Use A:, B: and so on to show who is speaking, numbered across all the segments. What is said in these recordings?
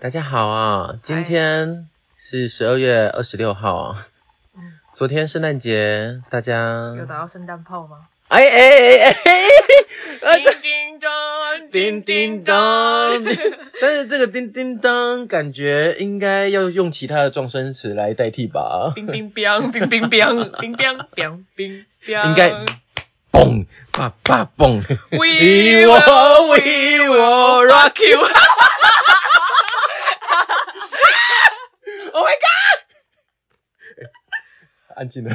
A: 大家好啊，
B: 嗨
A: 今天是十二月二十六号啊，
B: 嗯
A: 昨天圣诞节，大家
B: 有打到圣诞炮吗？
A: 哎哎哎哎哎，啊这
B: 叮叮咚，
A: 叮叮咚，但是这个叮叮当感觉应该要用其他的撞声词来代替吧，
B: 冰冰冰冰冰冰冰冰冰冰冰，
A: 应该嘣叭叭嘣
B: We
A: will
B: will-
A: we will rock you，Oh my god！安静了。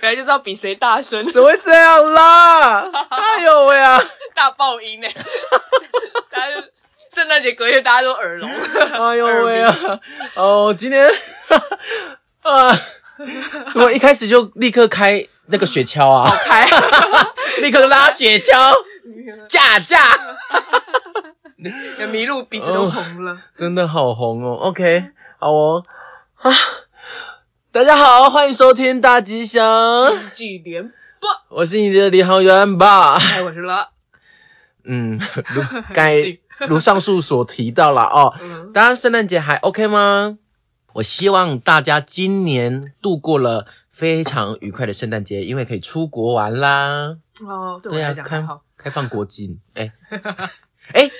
B: 原来就是要比谁大声，
A: 怎么会这样啦？哎呦喂啊！
B: 大爆音 呢。大家就圣诞节隔夜大家 都耳聋，
A: 哎呦喂啊！哦，今天 啊，怎么一开始就立刻开那个雪橇啊？
B: 开。
A: 立刻拉雪橇，架架，
B: 迷路，鼻子都红了。
A: 真的好红哦。OK，好哦。啊，大家好，欢迎收听大吉祥，
B: 据点不，
A: 我是你的领航员吧。
B: 哎，我是了，
A: 嗯，如该如上述所提到了哦，
B: 嗯，
A: 大家圣诞节还 OK 吗？我希望大家今年度过了非常愉快的圣诞节，因为可以出国玩啦。
B: 哦，对我
A: 对
B: 来
A: 啊，
B: 讲还
A: 开
B: 好，
A: 开放国境。 哎、哎、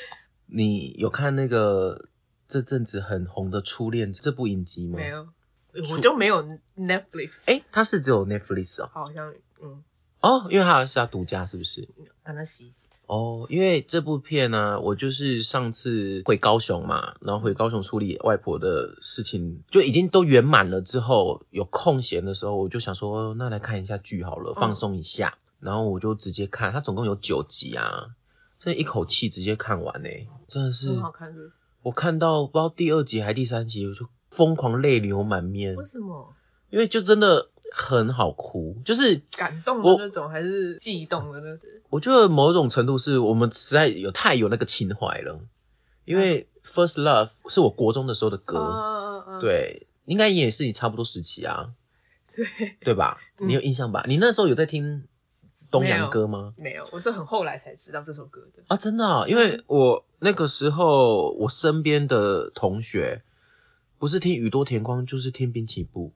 A: 你有看那个这阵子很红的《初恋》这部影集吗？
B: 没。有，
A: 嗯
B: 我就没有 Netflix，
A: 哎、它是只有 Netflix 哦。
B: 好像嗯，
A: 哦，因为它是要独家，是不是？
B: 可能洗，
A: 哦，因为这部片呢、我就是上次回高雄嘛，然后回高雄处理外婆的事情，就已经都圆满了之后，有空闲的时候，我就想说，哦那来看一下剧好了，放松一下。然后我就直接看，它总共有九集啊，这一口气直接看完呢、真的是
B: 很好看是
A: 我看到不知道第二集还是第三集，我就疯狂泪流满面
B: 不是，为什么
A: 因为就真的很好哭，就是
B: 感动
A: 我
B: 的那种还是悸动的那种？
A: 我觉得某种程度是我们实在有太有那个情怀了，因
B: 嗯
A: 为 First Love 是我国中的时候的歌，
B: 嗯嗯嗯，
A: 对，应该也是你差不多时期啊，
B: 对，
A: 对吧？
B: 嗯
A: 你有印象吧？你那时候有在听东洋歌吗？
B: 没有，我是很后来才知道这首歌的。
A: 啊，真的、哦，因为我那个时候我身边的同学不是听宇多田光就是听滨崎步，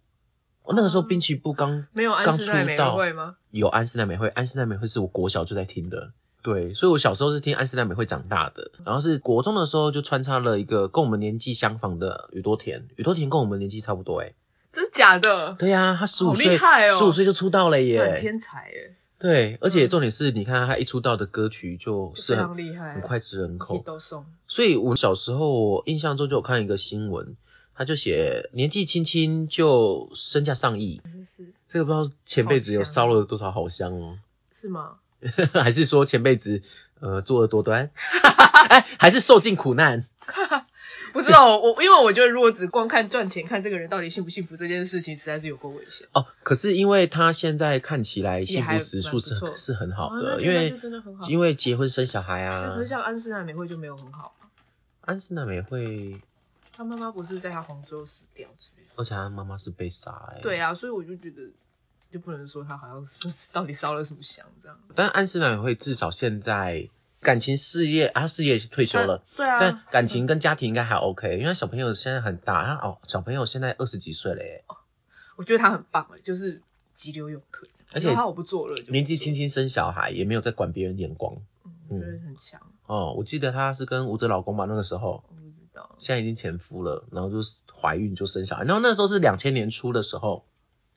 A: 我那个
B: 哦
A: 时候滨崎步刚
B: 没有安室奈美
A: 刚出道
B: 惠吗？
A: 有安室奈美惠，安室奈美惠是我国小就在听的，对，所以我小时候是听安室奈美惠长大的，然后是国中的时候就穿插了一个跟我们年纪相仿的宇多田，宇多田跟我们年纪差不多诶、欸
B: 真的假的？
A: 对呀、他十五
B: 好厉
A: 岁，
B: 害哦
A: 十五岁就出道了
B: 他很
A: 耶，
B: 天才耶，
A: 对，而且
B: 嗯
A: 重点是你看他一出道的歌曲就
B: 非
A: 是
B: 常
A: 很
B: 厉害，
A: 很快吃人
B: 可以
A: 口，
B: 都送。
A: 所以我小时候我印象中就有看一个新闻，他就写年纪轻轻就身价上亿，
B: 真是
A: 这个不知道前辈子有
B: 好香哦
A: 烧了多少好香哦。
B: 是吗？
A: 还是说前辈子呃作恶多端， 哎，还是受尽苦难？
B: 不知道我，因为我觉得如果只光看赚钱，看这个人到底幸不幸福这件事情，实在是有够危险。
A: 哦，可是因为他现在看起来幸
B: 也
A: 福
B: 还
A: 指数是
B: 蛮不错
A: 是很好
B: 啊
A: 的，
B: 那
A: 因
B: 那就
A: 为
B: 真的很好。
A: 因为结婚生小孩
B: 但
A: 啊
B: 可是，像安室奈美惠就没有很好，
A: 安室奈美惠，
B: 她妈妈不是在她黄州死掉之类的。
A: 而且她妈妈是被杀、欸，
B: 对。啊，所以我就觉得就不能说她好像是 到底烧了什么香这样。
A: 但安室奈美惠至少现在感情事业，啊她事业退休了，
B: 对啊，
A: 但感情跟家庭应该还 OK，因为她小朋友现在很大，他哦小朋友现在二十几岁了、欸，
B: 我觉得他很棒哎，就是急流勇退，
A: 而且
B: 然后他我不做了，就不做
A: 年纪轻，轻生小孩，也没有在管别人眼光。
B: 嗯，觉得很强，
A: 哦，我记得她是跟吴哲老公吧，那个时候，
B: 我不知道，
A: 现在已经前夫了，然后就是怀孕就生小孩，然后那时候是两千年初的时候，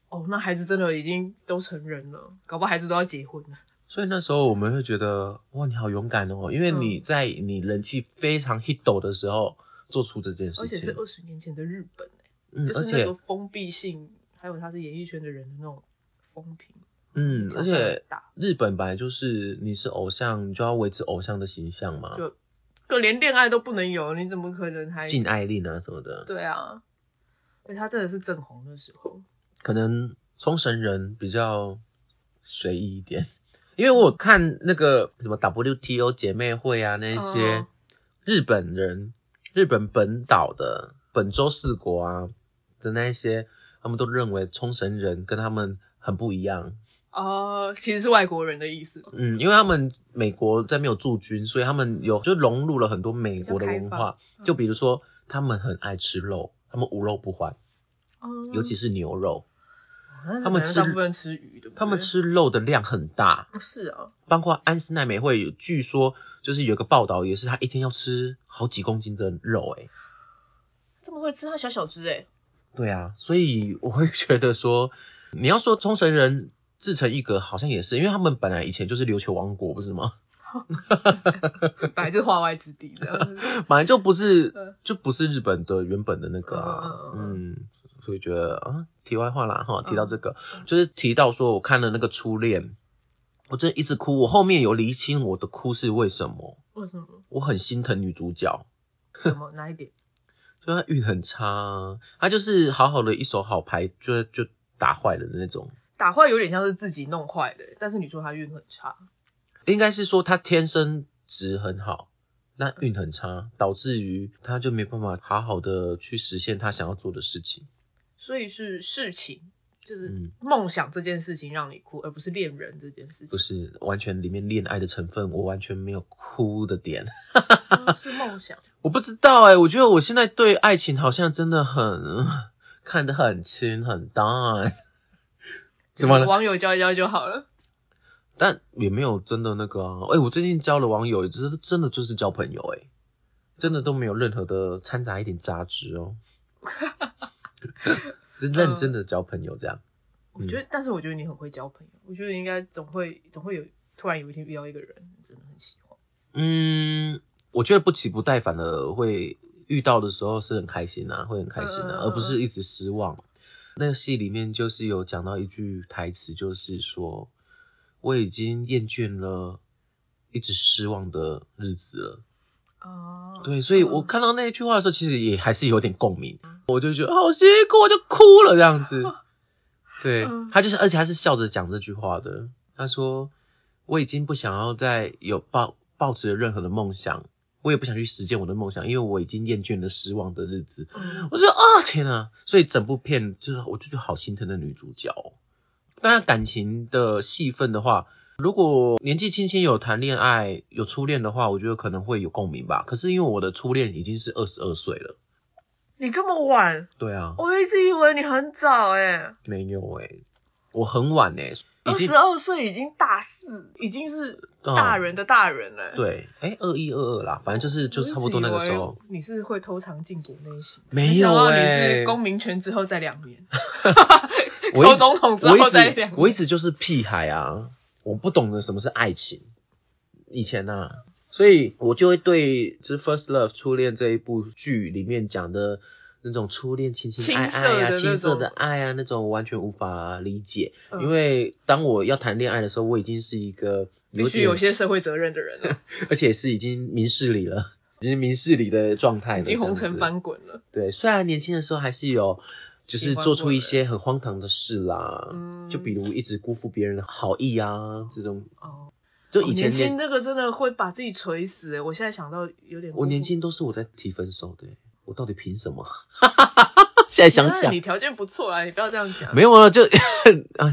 B: 哦，那孩子真的已经都成人了，搞不好孩子都要结婚了，
A: 所以那时候我们会觉得哇，你好勇敢哦，因为
B: 嗯
A: 你在你人气非常 hit 的时候做出这件事情，
B: 而且是二十年前的日本哎，
A: 嗯，
B: 就
A: 而
B: 是那
A: 且
B: 个封闭性，还有他是演艺圈的人的那种风评，
A: 嗯，而
B: 挑战很
A: 且
B: 大，
A: 日本本来就是你是偶像，你就要维持偶像的形象嘛，
B: 就就连恋爱都不能有，你怎么可能还？
A: 禁爱令啊什么的，
B: 对啊，而且他真的是正红的时候，
A: 可能冲绳人比较随意一点。因为我有看那个什么 WTO 姐妹会啊那些，
B: 哦
A: 日本人、日本本岛的本州四国啊的那一些，他们都认为冲绳人跟他们很不一样，
B: 哦，其实是外国人的意思。
A: 嗯，因为他们美国在没有驻军，所以他们有就融入了很多美国的文
B: 比较开
A: 化，
B: 嗯
A: 就比如说他们很爱吃肉，他们无肉不欢，
B: 哦
A: 尤其是牛肉，
B: 他
A: 他们吃
B: 大部分吃鱼，对不对？
A: 他们吃肉的量很大，
B: 哦是啊，
A: 包括安室奈美惠有，据说就是有个报道也是她一天要吃好几公斤的肉、欸，
B: 这么会吃，它小小只哎，
A: 对啊，所以我会觉得说，你要说冲绳人自成一格，好像也是，因为他们本来以前就是琉球王国，不是吗？
B: 本来就是化外之地这样子。
A: 本来就不是
B: 嗯，
A: 就不是日本的原本的那个啊
B: 嗯，嗯
A: 嗯，所以觉得啊，题外话啦哈，
B: 嗯
A: 提到这个，就是提到说我看了那个初恋，我真的一直哭，我后面有厘清我的哭是 为什么，
B: 为什么？
A: 我很心疼女主角，
B: 什么哪一点？
A: 就她运很差啊，她就是好好的一手好牌就就打坏了的那种。
B: 打坏有点像是自己弄坏的，但是你说他运很差，
A: 应该是说他天生值很好，那运很差，导致于他就没办法好好的去实现他想要做的事情。
B: 所以是事情，就是
A: 嗯，
B: 梦想这件事情让你哭，而不是恋人这件事情
A: 不。是完全里面恋爱的成分，我完全没有哭的点。
B: 哦是梦想。
A: 我不知道哎、我觉得我现在对爱情好像真的很 看得很清很欸淡， 怎么了
B: 网友教一教就好了。
A: 但也没有真的那个啊。哎、我最近交了网友，就是真的就是交朋友哎、真的都没有任何的掺杂一点杂质哦，是认真的交朋友这样。
B: 我觉得，但是我觉得你很会交朋友，我觉得应该总会总会有突然有一天遇到一个人，你真的很喜欢。
A: 嗯，我觉得不期不待反而会遇到的时候是很开心啊，会很开心
B: 嗯嗯
A: 啊，
B: 嗯
A: 而不是一直失望。那个戏里面就是有讲到一句台词，就是说我已经厌倦了一直失望的日子了。
B: 哦
A: 对，所以我看到那一句话的时候，其实也还是有点共鸣，我就觉得哦好辛苦，我就哭了这样子。对
B: 嗯
A: 他就是，而且他是笑着讲这句话的。他说：“我已经不想要再有抱抱持任何的梦想，我也不想去实现我的梦想，因为我已经厌倦了失望的日子。”
B: 嗯
A: 我就啊、天啊！所以整部片就是，我就觉得好心疼的女主角、哦。当然，感情的戏份的话，如果年纪轻轻有谈恋爱、有初恋的话，我觉得可能会有共鸣吧。可是因为我的初恋已经是二十二岁了，
B: 你这么晚，
A: 对啊，
B: 我一直以为你很早哎、
A: 没有诶、我很晚诶、已
B: 2二
A: 经
B: 十二岁已经大四，已经是大、人的大人了、
A: 嗯对，诶、二一二二啦，反正就是就是差不多那个时候。，
B: 你是会偷尝禁果那一型，
A: 没有
B: 没想到你
A: 欸
B: 是公民权之后再两年，
A: 我一
B: 考
A: 直
B: 总 统之
A: 我一
B: 后再
A: 直
B: 两
A: 我一
B: 年，
A: 直就是屁孩啊，我不懂得什么是爱情，以前呐、啊，所以我就会对就是《First Love》初恋这一部剧里面讲的那种初恋情情爱爱啊、
B: 青涩的那种
A: 青涩的爱啊那种，我完全无法理解，
B: 嗯
A: 因为当我要谈恋爱的时候，我已经是一个有
B: 必须
A: 点，
B: 有些社会责任的 人了，
A: 而且是已经明事理了， 已经明事理的状态了，
B: 已经红尘
A: 这样子
B: 翻滚了。
A: 对，虽然年轻的时候还是有，就是
B: 喜欢
A: 做出
B: 过
A: 一
B: 的
A: 些很荒唐的事啦，
B: 嗯
A: 就比如一直辜负别人的好意啊，这种
B: 哦，
A: 就以前
B: 年轻那个真的会把自己锤死、欸，我现在想到有点。
A: 我年轻都是我在提分手的欸、我到底凭什么？ 现在想
B: 那
A: 想
B: 你条件不错啦，你不要这样讲。
A: 没有啊，就 啊，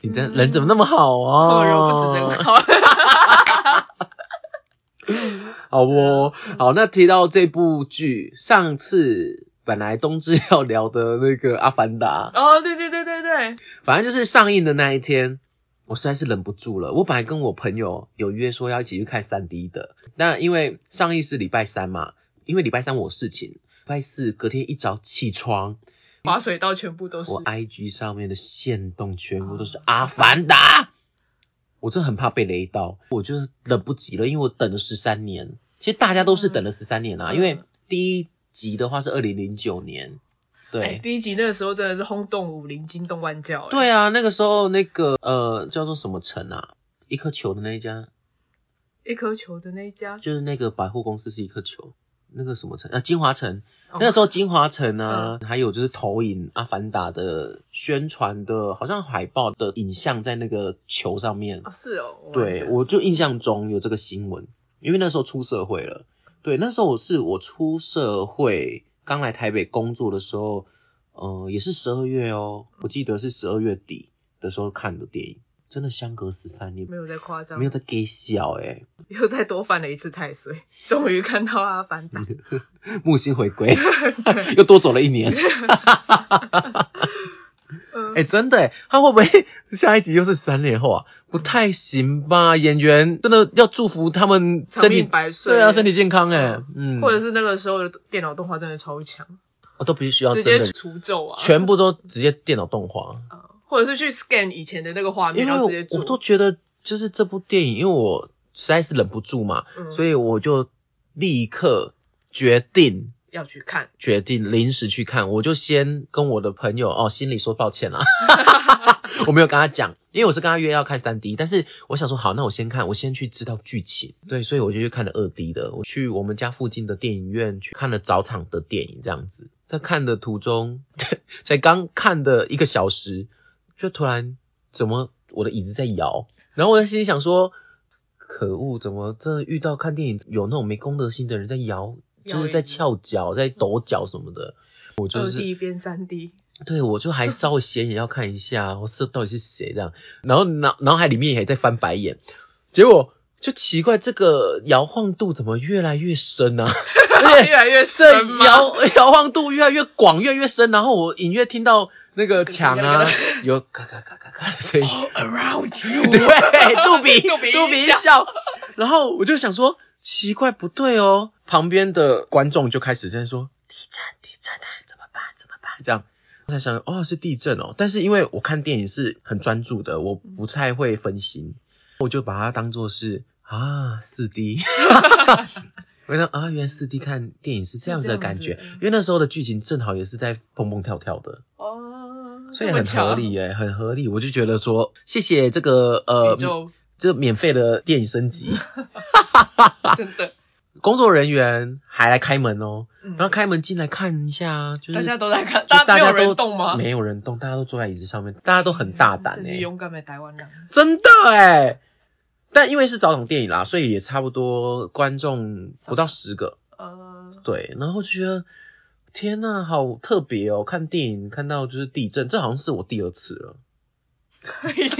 A: 你这
B: 嗯
A: 人怎么那么好
B: 后
A: 啊？
B: 哦人不止人好。
A: 好哦，好，那提到这部剧，上次本来冬至要聊的那个《阿凡达》，
B: 哦，对对对对对，
A: 反正就是上映的那一天，我实在是忍不住了。我本来跟我朋友有约说要一起去看3 D 的，那因为上映是礼拜三嘛，因为礼拜三我有事情，礼拜四隔天一早起床，
B: 滑水道全部都是。
A: 我 IG 上面的线动全部都是《啊阿凡达》，我真的很怕被雷到，我就等不及了，因为我等了十三年。其实大家都是等了十三年啊，
B: 嗯
A: 因为第一集的话是二零零九年，对。
B: 哎第一集那个时候真的是轰动武林，惊动万教、欸。
A: 对啊，那个时候那个呃叫做什么城啊，一颗球的那一家，
B: 一颗球的那一家，
A: 就是那个百货公司是一颗球，那个什么城啊，金华城。
B: 哦
A: 那个时候金华城啊，还有就是投影《阿凡达》的宣传的，好像海报的影像在那个球上面
B: 啊。是哦，我完
A: 对，
B: 全
A: 我就印象中有这个新闻，因为那时候出社会了。对，那时候我是我出社会刚来台北工作的时候，呃，也是十二月哦，我记得是十二月底的时候看的电影。真的相隔十三年，
B: 没有在夸张，
A: 没有在给小哎、
B: 又再多犯了一次太岁，终于看到他反打。
A: 嗯木星回归， 又多走了一 年。
B: 嗯
A: 哎、真的哎、他会不会下一集又是三年后啊？不太行吧，演员真的要祝福他们
B: 长
A: 身
B: 命
A: 体，
B: 百岁，
A: 对啊，身体健康哎、嗯，
B: 或者是那个时候的电脑动画真的超强，
A: 我都必须要嗯
B: 直
A: 真
B: 接
A: 的，
B: 除咒啊，
A: 全部都直接电脑动画，
B: 啊或者是去 scan 以前的那个画
A: 因
B: 面，
A: 为
B: 然后直接
A: 我我都
B: 做，
A: 觉得就是这部电影，因为我实在是忍不住嘛，
B: 嗯
A: 所以我就立刻决定
B: 要去看。
A: 决定临时去看，我就先跟我的朋友哦，心里说抱歉啦， 我没有跟他讲，因为我是跟他约要看三 D，但是我想说好，那我先看，我先去知道剧情，对，所以我就去看了二 D 的，我去我们家附近的电影院去看了早场的电影，这样子，在看的途中， 才刚看的一个小时，就突然怎么我的椅子在摇，然后我在心里想说，可恶，怎么真的遇到看电影有那种没公德心的人在摇，
B: 摇
A: 就是
B: 椅
A: 在
B: 子哦
A: 翘脚、在抖脚什么的。
B: 二 D 变 三 D，
A: 对，我就还稍微斜眼要看一下，我是到底是谁这样，然后脑脑海里面也在翻白眼，结果就奇怪这个摇晃度怎么越来越深啊，而且
B: 越来越
A: 这
B: 深吗？
A: 摇摇晃度越来越广，越来越深，然后我隐约听到那个墙啊有咔咔咔咔咔的声音，
B: All around
A: 对
B: you，，
A: 杜比
B: 杜比
A: 杜比
B: 一
A: 一
B: 笑
A: 笑，然后我就想说奇怪不对哦，旁边的观众就开始在说地震地震啊，怎么办怎么办这样。我才想哦是地震哦，但是因为我看电影是很专注的，我不太会分心，我就把它当做是啊四 D，我想啊原来四 D 看电影是这样子的感
B: 是这
A: 觉
B: 样子嗯，
A: 因为那时候的剧情正好也是在蹦蹦跳跳的，
B: 哦，
A: 所以
B: 这么
A: 很合
B: 巧
A: 理耶，很合理。我就觉得说，谢谢这个呃
B: 宇，宙
A: 这免费的电影升 级，啊
B: 真的，
A: 工作人员还来开门哦，
B: 嗯
A: 然后开门进来看一下，就是
B: 大家都在看，
A: 就
B: 大
A: 大
B: 没
A: 家
B: 有
A: 都
B: 人动吗？
A: 没有人动，大家都坐在椅子上面，大家都很大胆
B: 这是
A: 哎，
B: 勇敢的台湾人。
A: 真的哎。但因为是早场电影啦，所以也差不多观众不到十个，
B: 呃，
A: 对，然后就觉得天呐，好特别哦！看电影看到就是地震，这好像是我第二次了，
B: 已经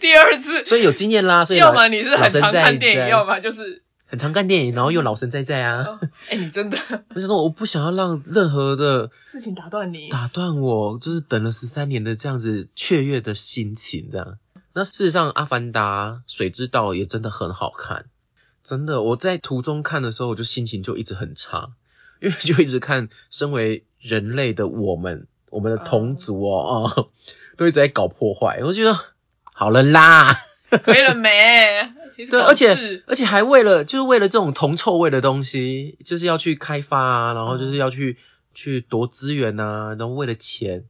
B: 第二次，
A: 所以有经验啦，所以
B: 要
A: 老
B: 么你是很常
A: 啊老神在
B: 看电影，
A: 在
B: 要么就是，
A: 很常看电影，然后又老神在在啊。
B: 哦哎，你真的
A: 我就说我不想要让任何的
B: 事情打断你，
A: 打断我，就是等了十三年的这样子雀跃的心情这样。那事实上，《阿凡达》《水之道》也真的很好看，真的。我在途中看的时候，我就心情就一直很差，因为就一直看身为人类的我们，我们的同族哦，哦，都一直在搞破坏，我就觉得好了啦。
B: 没了没？你是
A: 对，
B: 搞
A: 而且
B: 事
A: 而且还为了就是为了这种铜臭味的东西，就是要去开发啊，然
B: 嗯
A: 后就是要去、去夺资源啊，然后为了钱。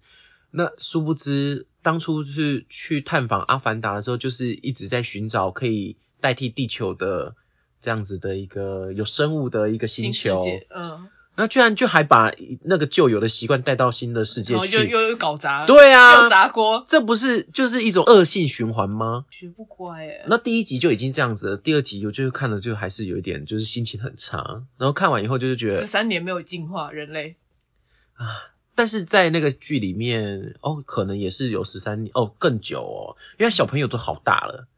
A: 那殊不知，当初是去探访阿凡达的时候，就是一直在寻找可以代替地球的这样子的一个有生物的一个星
B: 新世
A: 球。
B: 界嗯，
A: 那居然就还把那个旧有的习惯带到新的世界
B: 然后又
A: 去，
B: 又又搞砸，
A: 对啊
B: 又砸锅，
A: 这不是就是一种恶性循环吗？
B: 学不乖哎。
A: 那第一集就已经这样子了，第二集我就是看了就还是有一点就是心情很差，然后看完以后就是觉
B: 十
A: 得
B: 三年没有进化，人类
A: 啊，但是在那个剧里面哦，可能也是有十三哦更久哦，因为小朋友都好大了，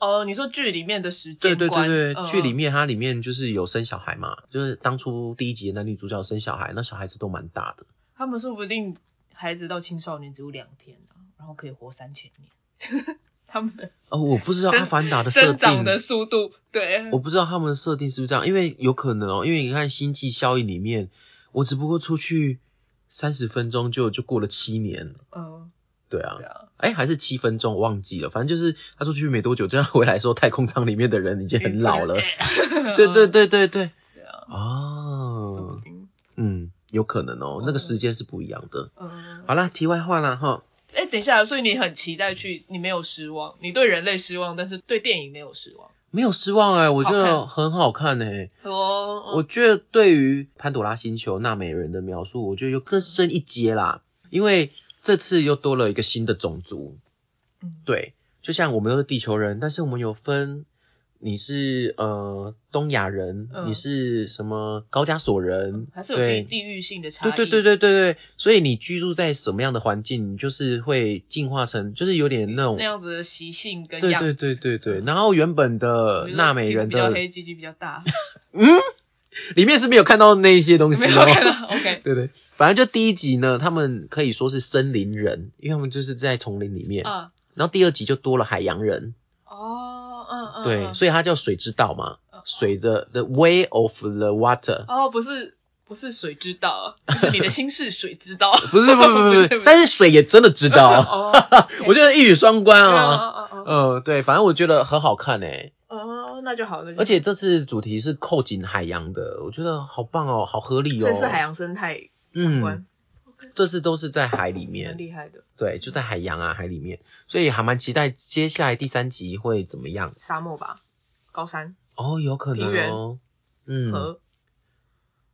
B: 哦，你说剧里面的时
A: 对
B: 间
A: 对
B: 观
A: 对对，
B: 嗯
A: 剧里面它里面就是有生小孩嘛，就是当初第一集的男女主角生小孩，那小孩子都蛮大的，
B: 他们说不定孩子到青少年只有两天、啊、然后可以活三千 年，他们的
A: 哦，我不知道
B: 生
A: 阿凡达的设
B: 生长
A: 定。
B: 的速度，对，
A: 我不知道他们的设定是不是这样，因为有可能哦，因为你看《星际效应》里面，我只不过出去三十分钟就就过了七年，
B: 嗯，
A: 对啊
B: 对，啊，
A: 哎，还是七分钟，我忘记了。反正就是他出去没多久，这样回来的时候，太空舱里面的人已经很老 了。对对对对对，
B: 啊对啊，说不
A: 哦，
B: 定，
A: 嗯，有可能哦，那个时间是不一样的。
B: 嗯，
A: 好啦，题外话啦哈，
B: 哎，等一下，所以你很期待去，你没有失望，你对人类失望，但是对电影没有失望。
A: 没有失望哎、我觉
B: 好
A: 得很好看哎、
B: 哦，
A: 我觉得对于潘朵拉星球纳美人的描述，我觉得又更深一阶啦，因为这次又多了一个新的种族，
B: 嗯，
A: 对，就像我们都是地球人，但是我们有分你是呃东亚人，
B: 嗯
A: 你是什么高加索人，
B: 还是有地
A: 对
B: 地域性的差
A: 对
B: 异。
A: 对对对对对，所以你居住在什么样的环境，你就是会进化成，就是有点那种
B: 那，样子的习性跟
A: 对
B: 样嗯
A: 对对对对。然后原本的
B: 比如说
A: 纳美人
B: 皮肤比较
A: 的
B: 黑，鸡鸡比较大，
A: 里面是没有看到那一些东西
B: 没
A: 哦、
B: 有看到。OK，
A: 对对，反正就第一集呢，他们可以说是森林人，因为他们就是在丛林里面。
B: 嗯，
A: 然后第二集就多了海洋人，
B: 哦，嗯嗯，
A: 对，
B: 嗯
A: 所以它叫水之道嘛，
B: 嗯
A: 水的 the way of the water。
B: 哦，不是不是水之道，啊就是你的心是水之道。
A: 不是不是不是
B: 不
A: 不
B: 是
A: 是，但是水也真的知道，
B: 哦，OK
A: 我觉得一语双关啊。
B: 哦哦哦
A: 嗯，对，反正我觉得很好看诶、欸
B: 哦，那就好了。
A: 而且这次主题是扣紧海洋的，我觉得好棒哦，好合理哦。
B: 这是海，洋生态
A: 嗯，
B: 相关，嗯
A: 这次都是在海里
B: 蛮
A: 面，
B: 厉害的。
A: 对，就在海洋啊海里面，所以还蛮期待接下来第三集会怎么样。
B: 沙漠吧，高山
A: 哦，有可
B: 平
A: 能
B: 原
A: 哦，嗯，
B: 和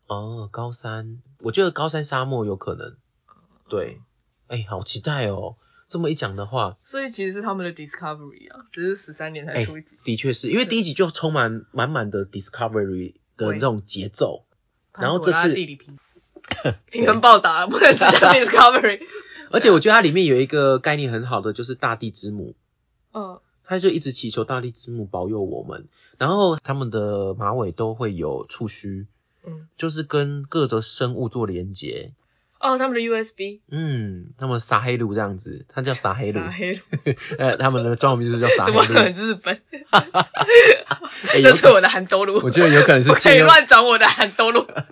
A: 哦，高山，我觉得高山沙漠有可能，
B: 哦
A: 对，哎、好期待哦。这么一讲的话，
B: 所以其实是他们的 Discovery 啊，只是十三年才
A: 哎
B: 出一集。
A: 的确是因为第一集就充满满满的 discovery 的那种节奏，然后这次
B: 潘多拉地 理平平衡报答，不能只讲 Discovery。
A: 而且我觉得它里面有一个概念很好的，就是大地之母，
B: 嗯，
A: 他就一直祈求大地之母保佑我们。然后他们的马尾都会有触须，
B: 嗯，
A: 就是跟各的生物做连接。
B: 哦，他们的 USB，
A: 嗯，他们撒黑鲁这样子，他叫撒黑鲁
B: 撒，啊黑了，
A: 呃，他们的专有名字叫撒
B: 怎
A: 黑
B: 么很
A: 鲁。
B: 日本？
A: 哎有
B: 这是我的韩州路，
A: 我觉得有可能是
B: 不可
A: 借
B: 以
A: 用，
B: 乱 讲我的韩州路。 呃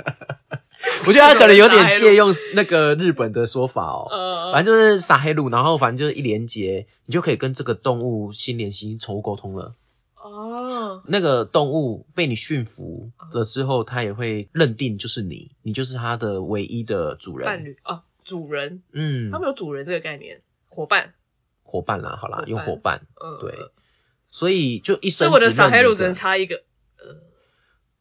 A: 我觉得他可能有点借用那个日本的说法哦。
B: 呃，
A: 反正就是撒黑鲁，然后反正就是一连接，你就可以跟这个动物心连心，宠物沟通了。
B: 哦，
A: 那个动物被你驯服了之后，它也会认定就是你，你就是它的唯一的主
B: 伴
A: 人。
B: 侣哦，主人，
A: 嗯
B: 他，们有主人这个概念，伙伴。
A: 伙伴啦，好啦
B: 伙，伴
A: 用伙伴，
B: 嗯，
A: 对。所以就一
B: 所以
A: 生
B: 我的
A: 只认
B: 撒黑
A: 你
B: 路
A: 一
B: 只
A: 个
B: 能插一个，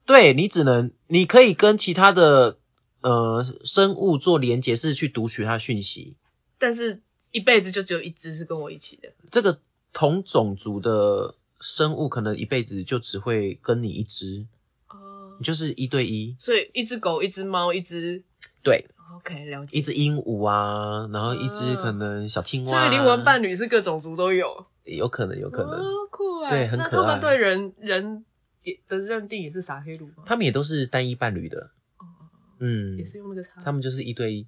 A: 对你只能，你可以跟其他的呃生物做连接，是去读取它的讯息。
B: 但是一辈子就只有一只是跟我一起的。
A: 这个同种族的生物可能一辈子就只会跟你一只，
B: 哦
A: 你，就是一对一。
B: 所以一只狗，一只猫，一只哦
A: 对，
B: OK，了解。
A: 一只鹦鹉啊，然后一只可能小青蛙、
B: 所
A: 啊，
B: 以灵魂伴侣是各种族都有，
A: 有可能，有可能，
B: 哦、酷啊！
A: 对很
B: 那
A: 可
B: 他们
A: 爱
B: 对人人也的认定也是撒黑路吗？
A: 他们也都是单一伴侣的，
B: 哦
A: 嗯
B: 也，是用那个插。
A: 他们就是一对一，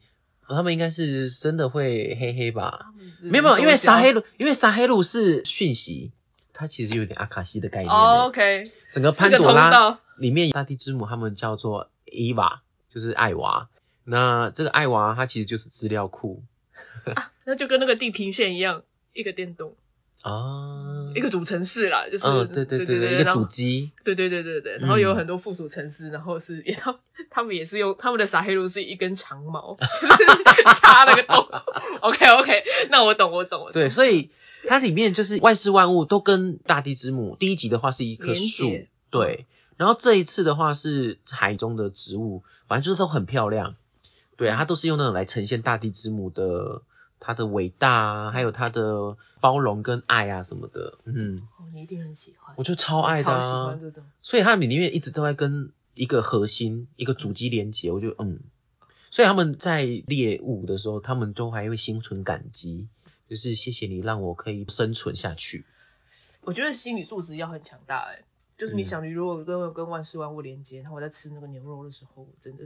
A: 他们应该是真的会黑黑吧？
B: 他们只是
A: 没有没有，因为
B: 手脚
A: 撒黑路，因为撒黑路是讯息，它其实有点阿卡西的概念、欸
B: 哦，OK，
A: 整个潘
B: 是个
A: 朵
B: 通
A: 拉
B: 道。
A: 里面大地之母他们叫做伊娃，就是艾娃。那这个艾娃它其实就是资料库
B: 那就跟那个地平线一样，一个电动，
A: 啊，
B: 一个主城市啦，就是、
A: 嗯，对
B: 对
A: 对对
B: 对，
A: 一个
B: 然后
A: 主机，
B: 对对对对对，然后有
A: 嗯
B: 很多附属城市，然后是也他他们也是用他们的撒黑路是一根长毛插那个洞。OK OK，那我懂我懂我懂。
A: 对，所以它里面就是万事万物都跟大地之母。第一集的话是一棵
B: 连
A: 树
B: 结，
A: 对，然后这一次的话是海中的植物，反正就是都很漂亮。对，啊它都是用那种来呈现大地之母的它的伟大啊，还有它的包容跟爱啊什么的。嗯，
B: 哦，你一定很喜欢，
A: 我就超爱的、
B: 超喜欢
A: 啊，
B: 这种。
A: 所以它里面一直都在跟一个核心、一个主机连接，我就嗯。所以他们在猎物的时候，他们都还会心存感激，就是谢谢你让我可以生存下去。
B: 我觉得心理素质要很强大哎、就是你
A: 嗯
B: 想，你如果跟跟万事万物连接，然后我在吃那个牛肉的时候，我真的，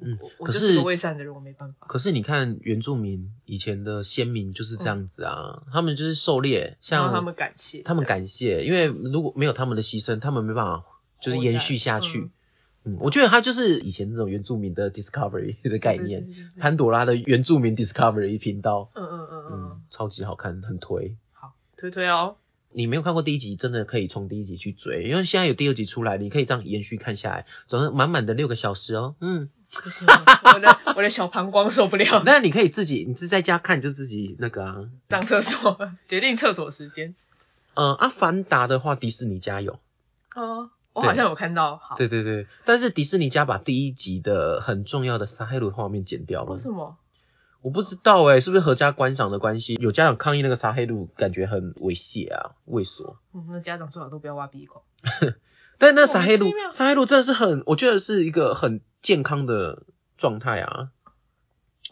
A: 嗯
B: 我我
A: 可
B: 就是个
A: 是
B: 伪善的人，我没办法。
A: 可是你看原住民以前的先民就是这样子啊，他们就是狩猎，像
B: 让他们感谢，
A: 他们感谢，因为如果没有他们的牺牲，他们没办法就是延续下去。嗯，我觉得他就是以前那种原住民的 discovery 的概念，
B: 对。对对对对
A: 潘朵拉的原住民 discovery 频道，
B: 嗯嗯嗯嗯
A: 嗯
B: 嗯，，
A: 超级好看，很推。
B: 好，推推哦。
A: 你没有看过第一集，真的可以从第一集去追，因为现在有第二集出来，你可以这样延续看下来，总是满满的六个小时哦。嗯，
B: 不行，我我的我的小膀胱受不了。
A: 那你可以自己，你是在家看就自己那个啊。
B: 上厕所，决定厕所时间。
A: 呃，阿凡达的话，迪士尼家有，
B: 哦，我
A: 对
B: 好像有看到。好，
A: 对对对，但是迪士尼家把第一集的很重要的撒黑鲁画面剪掉了
B: 为。什么？
A: 我不知道哎、是不是合家观赏的关系？有家长抗议那个撒黑路，感觉很猥亵啊，猥琐。
B: 我们的嗯家长最好都不要挖鼻孔。
A: 但那撒黑
B: 莫
A: 路
B: 名其，妙
A: 撒黑路真的是很，我觉得是一个很健康的状态啊。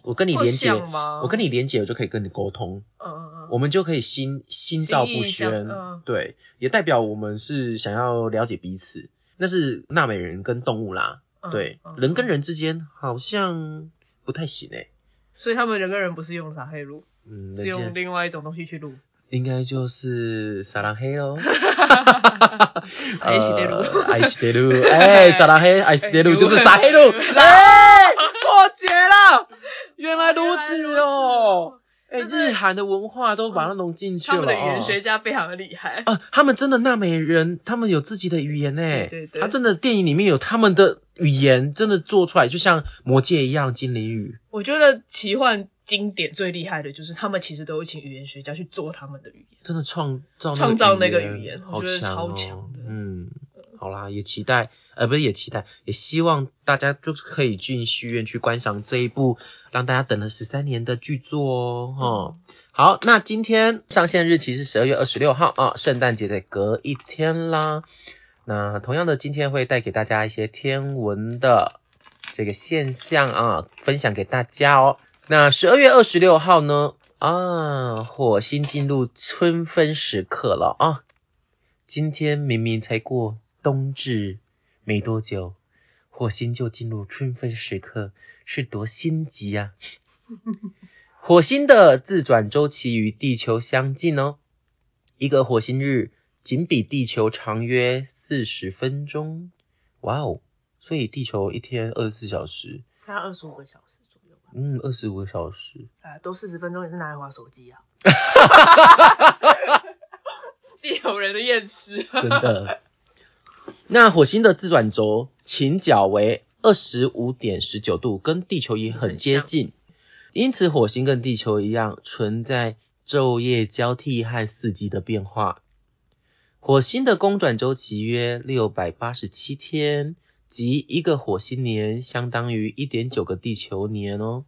A: 我跟你
B: 会
A: 连接，
B: 像哦吗？
A: 我跟
B: 你，
A: 你连接，我就可以跟你沟通，
B: 嗯嗯嗯，
A: 我们就可以心心照
B: 心意
A: 不
B: 相
A: 宣，
B: 嗯
A: 对，也代表我们是想要了解彼此。那是纳美人跟动物啦，
B: 嗯
A: 对，
B: 嗯
A: 人跟
B: 嗯
A: 人之间好像不太行诶、欸
B: 所以他们人跟人不是用撒黑路，
A: 嗯，
B: 是
A: 人
B: 用
A: 家
B: 另外一种东西去录。
A: 应该就是撒浪嘿喽。
B: 爱西德路，
A: 呃爱西德鲁，哎，撒拉黑，爱西德鲁就是撒黑路，哎，破解了，原来如此哦，哎，
B: 原来如此
A: 日韩的文化都把它融进去
B: 他
A: 了，
B: 们的语言
A: 哦
B: 学家非常的厉害。
A: 啊，他们真的纳美人，他们有自己的语言哎，
B: 对对对
A: 他真的电影里面有他们的语言，真的做出来就像魔界一样精灵语，
B: 我觉得奇幻经典最厉害的就是他们其实都有请语言学家去做他们的语言。
A: 真的创造
B: 创造那个
A: 语
B: 语言我
A: 好
B: 觉得
A: 强
B: 超
A: 哦
B: 强的
A: 嗯，好啦，也期待，呃，不是也期待，也希望大家就是可以进戏院去观赏这一部让大家等了十三年的巨作哦，哦。好，那今天上线日期是十二月二十六号啊，圣诞节的隔一天啦。那同样的，今天会带给大家一些天文的这个现象啊，分享给大家哦。那十二月二十六号呢？啊，火星进入春分时刻了啊！今天明明才过冬至没多久，火星就进入春分时刻，是多心急呀、啊！火星的自转周期与地球相近哦，一个火星日仅比地球长约四十分钟。哇哦！所以地球一天二十四小时，
B: 大概二十五个小时左右吧，
A: 嗯，二十五个小时。
B: 啊，都四十分钟也是拿来玩手机啊。地球人的厌世，
A: 真的。那火星的自转轴倾角为二十五点十九度，跟地球也很接近，因此火星跟地球一样存在昼夜交替和四季的变化。火星的公转周期约六百八十七天，即一个火星年相当于一点九个地球年哦。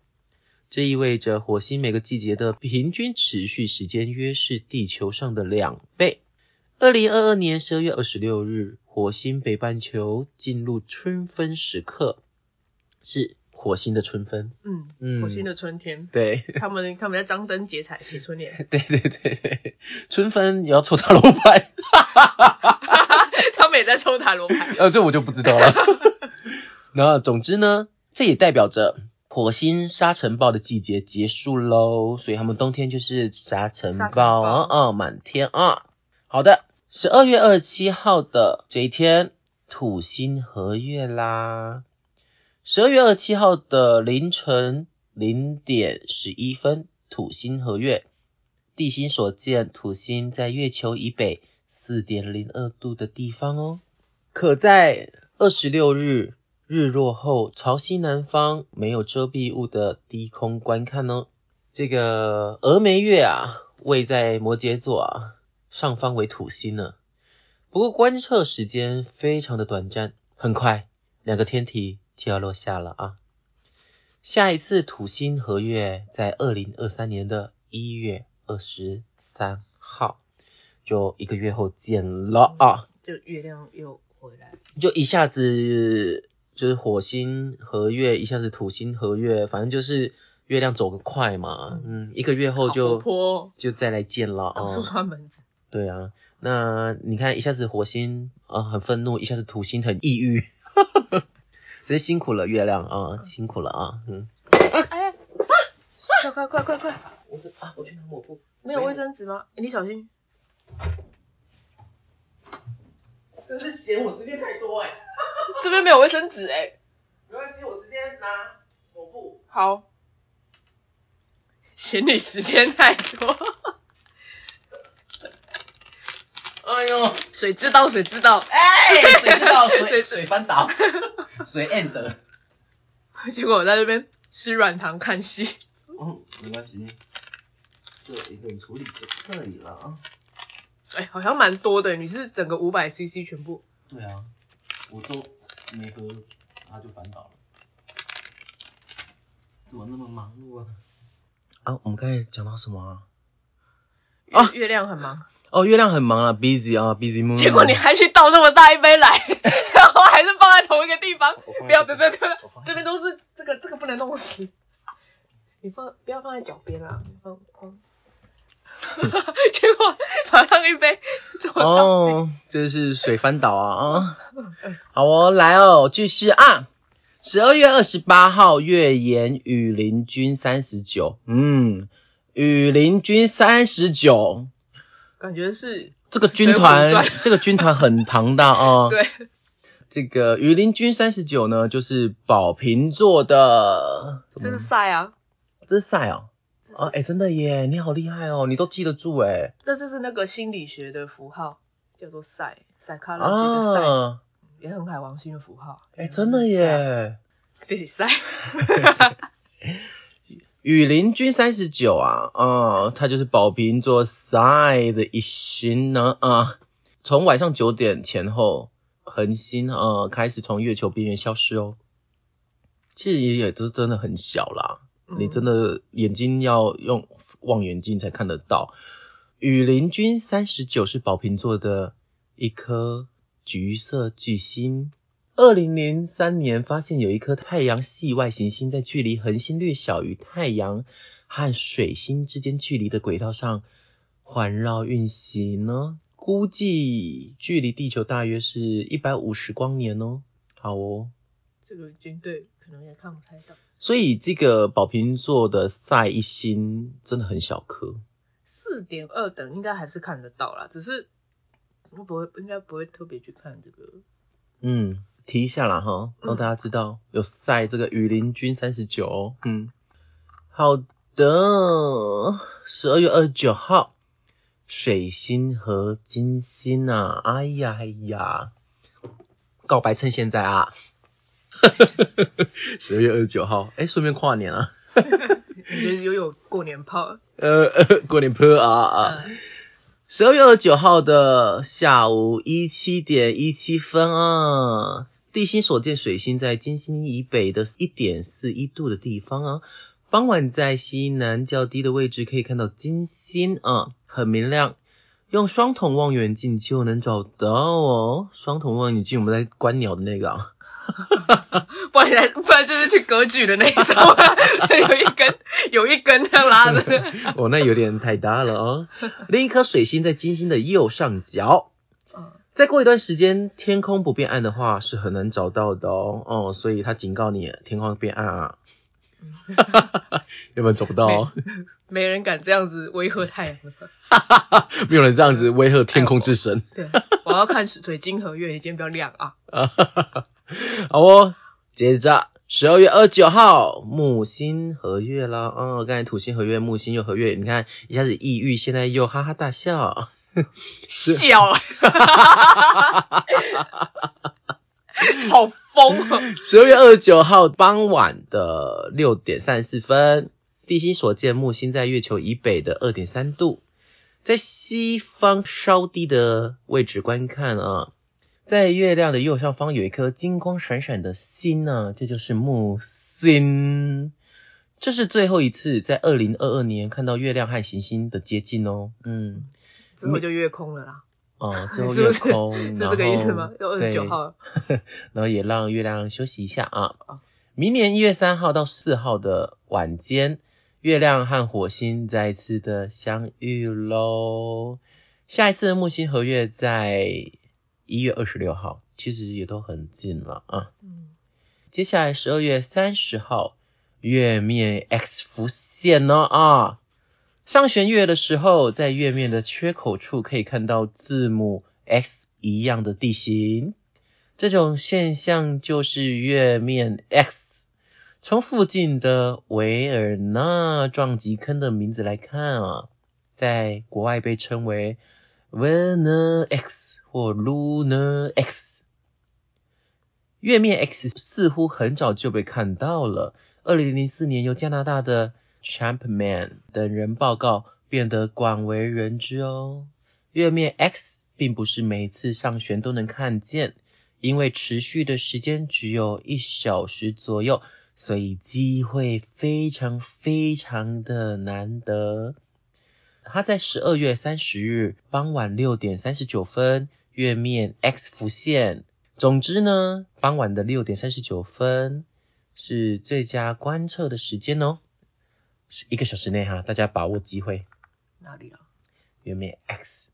A: 这意味着火星每个季节的平均持续时间约是地球上的两倍。二零二二年十二月二十六日，火星北半球进入春分时刻，是火星的春分。
B: 嗯，
A: 嗯
B: 火星的春天，
A: 对
B: 他们他们在张灯结彩写春 联，
A: 对对对对，春分也要抽塔罗牌，
B: 他们也在抽塔罗牌。
A: 呃，这我就不知道了。 那总之呢，这也代表着火星沙尘暴的季节结束喽，所以他们冬天就是沙尘
B: 沙尘
A: 暴啊啊满天啊。好的，十二月二十七号的这一天，土星合月啦。十二月二十七号的凌晨零点十一分，土星合月，地心所见，土星在月球以北四点零二度的地方哦。可在二十六日日落后朝西南方没有遮蔽物的低空观看哦。这个峨眉月啊，位在摩羯座啊，上方为土星呢。不过观测时间非常的短暂，很快两个天体就要落下了啊。下一次土星合月在二零二三年的一月二十三号，就一个月后见了啊。
B: 就月亮又回来，
A: 就一下子就是火星合月，一下子土星合月，反正就是月亮走得快嘛，嗯，一个月后
B: 好活
A: 就
B: 泼哦
A: 就再来见了
B: 到处
A: 哦。
B: 串门子，
A: 对啊，那你看一下子火星啊、很愤怒，一下子土星很抑郁， 所以辛苦了月亮啊、辛苦了啊，嗯。
B: 哎，啊快快快快快！
A: 我是啊，我去拿抹布。
B: 没有卫生纸吗？你小心。
A: 真是嫌我时间太多哎、
B: 这边没有卫生纸哎、
A: 没关系，我直接拿抹布。
B: 好。嫌你时间太多，
A: 哎呦，
B: 水知道水知道，
A: 哎、谁知道水 水翻倒，水 end。
B: 结果我在这边吃软糖看戏，
A: 嗯，没关系，这一个人处理就可以了啊。
B: 哎、好像蛮多的，你是整个五百 CC 全部，
A: 对啊，我都没喝，他就烦倒了。怎么那么忙碌啊？啊，我们刚才讲到什么啊？
B: 月
A: 啊
B: 月亮很忙，
A: 哦，月亮很忙啊，busy 啊，busy moon。
B: 结果你还去倒那么大一杯来，然后还是放在同一个地方。不要不要不要不要
A: 我放，在
B: 这边都是这个这个不能弄湿。你放不要放在脚边啊，你放放。 结果马上一杯，怎 么倒？
A: 哦，这是水翻倒啊啊！好哦，来哦，句式啊，十二月二十八号，月岩雨林君三十九，嗯，雨林君三十九，
B: 感觉是
A: 这个军
B: 水浒
A: 团
B: 传，
A: 这个军团很庞大哦。
B: 对
A: 这个雨林君三十九呢，就是宝瓶座的，
B: 这是晒啊，
A: 这是赛哦，
B: 这是
A: 哦，哎、真的耶，你好厉害哦，你都记得住哎，
B: 这就是那个心理学的符号，叫做赛 psychology 的赛、
A: 啊，
B: 也很海王星的符号。
A: 哎、真的耶。
B: 对啊，这是赛。
A: 雨林君三十九啊，啊，他就是宝瓶座 Psi 的一星呢啊，从晚上九点前后，恒星啊开始从月球边缘消失哦。其实也都真的很小啦，你真
B: 的
A: 的眼睛要用望远镜才看得到。雨林君三十九是宝瓶座的一颗橘色巨星。二零零三年发现有一颗太阳系外行星在距离恒星略小于太阳和水星之间距离的轨道上环绕运行呢，估计距离地球大约是一百五十光年哦。好哦。
B: 这个军队可能也看不太到。
A: 所以这个宝瓶座的赛一星真的很小颗，
B: 四点二等应该还是看得到啦，只是我不会应该不会特别去看这个。
A: 嗯，提一下啦哈，让大家知道有赛这个雨林君三十九哦，嗯，好的，十二月二十九号，水星和金星啊，哎呀哎呀，告白趁现在啊， 十二月二十九号，哎，顺便跨年啊，
B: 你觉得又有过年炮？
A: 呃，呃过年坡啊啊。
B: 嗯，
A: 十二月二十九号的下午一七点一七分啊，地心所见水星在金星以北的一点四一度的地方啊，傍晚在西南较低的位置可以看到金星啊，很明亮，用双筒望远镜就能找到哦。双筒望远镜我们在观鸟的那个啊，
B: 不然不然就是去割据的那一种，啊 有一根有一根这样拉着。
A: 哦，那有点太大了哦。另一颗水星在金星的右上角。
B: 嗯，
A: 再过一段时间，天空不变暗的话是很难找到的哦。哦，所以他警告你，天空变暗啊，有没有找不到、哦？
B: 没人敢这样子威吓太阳了。
A: 没有人这样子威吓天空之神
B: 对，啊我要看水晶和月，你今天不要亮啊！
A: 啊！好哦，接着十二月二九号，木星合月啦。哦，刚才土星合月，木星又合月，你看一下子抑郁，现在又哈哈大笑。
B: 笑， 好疯哦！
A: 十二月二十九号傍晚的六点三十四分，地心所见木星在月球以北的二点三度，在西方稍低的位置观看啊，在月亮的右上方有一颗金光闪闪的星呢、这就是木星。这是最后一次在二零二二年看到月亮和行星的接近哦。嗯，
B: 之后就月空了啦，
A: 哦，最后
B: 是
A: 月
B: 不是
A: 空，
B: 是
A: 然
B: 这个意
A: 后
B: 思吗？就二十
A: 对
B: 九号了，
A: 然后也让月亮休息一下啊
B: 哦。
A: 明年一月三号到四号的晚间，月亮和火星再次的相遇喽。下一次的木星合月在一月二十六号，其实也都很近了啊。
B: 嗯，
A: 接下来十二月三十号，月面 X 浮现呢啊。上弦月的时候，在月面的缺口处可以看到字母 X 一样的地形，这种现象就是月面 X。从附近的维尔纳撞击坑的名字来看啊，在国外被称为 Lunar X 或 Lunar X。月面 X 似乎很早就被看到了。二零零四年，由加拿大的 Champman 等人报告，变得广为人知哦。月面 X 并不是每次上旋都能看见，因为持续的时间只有一小时左右，所以机会非常非常的难得。他在十二月三十日傍晚六点三十九分，月面 X 浮现。总之呢，傍晚的六点三十九分是最佳观测的时间哦，是一个小时内哈，大家把握机会。
B: 哪里啊？
A: 月面 X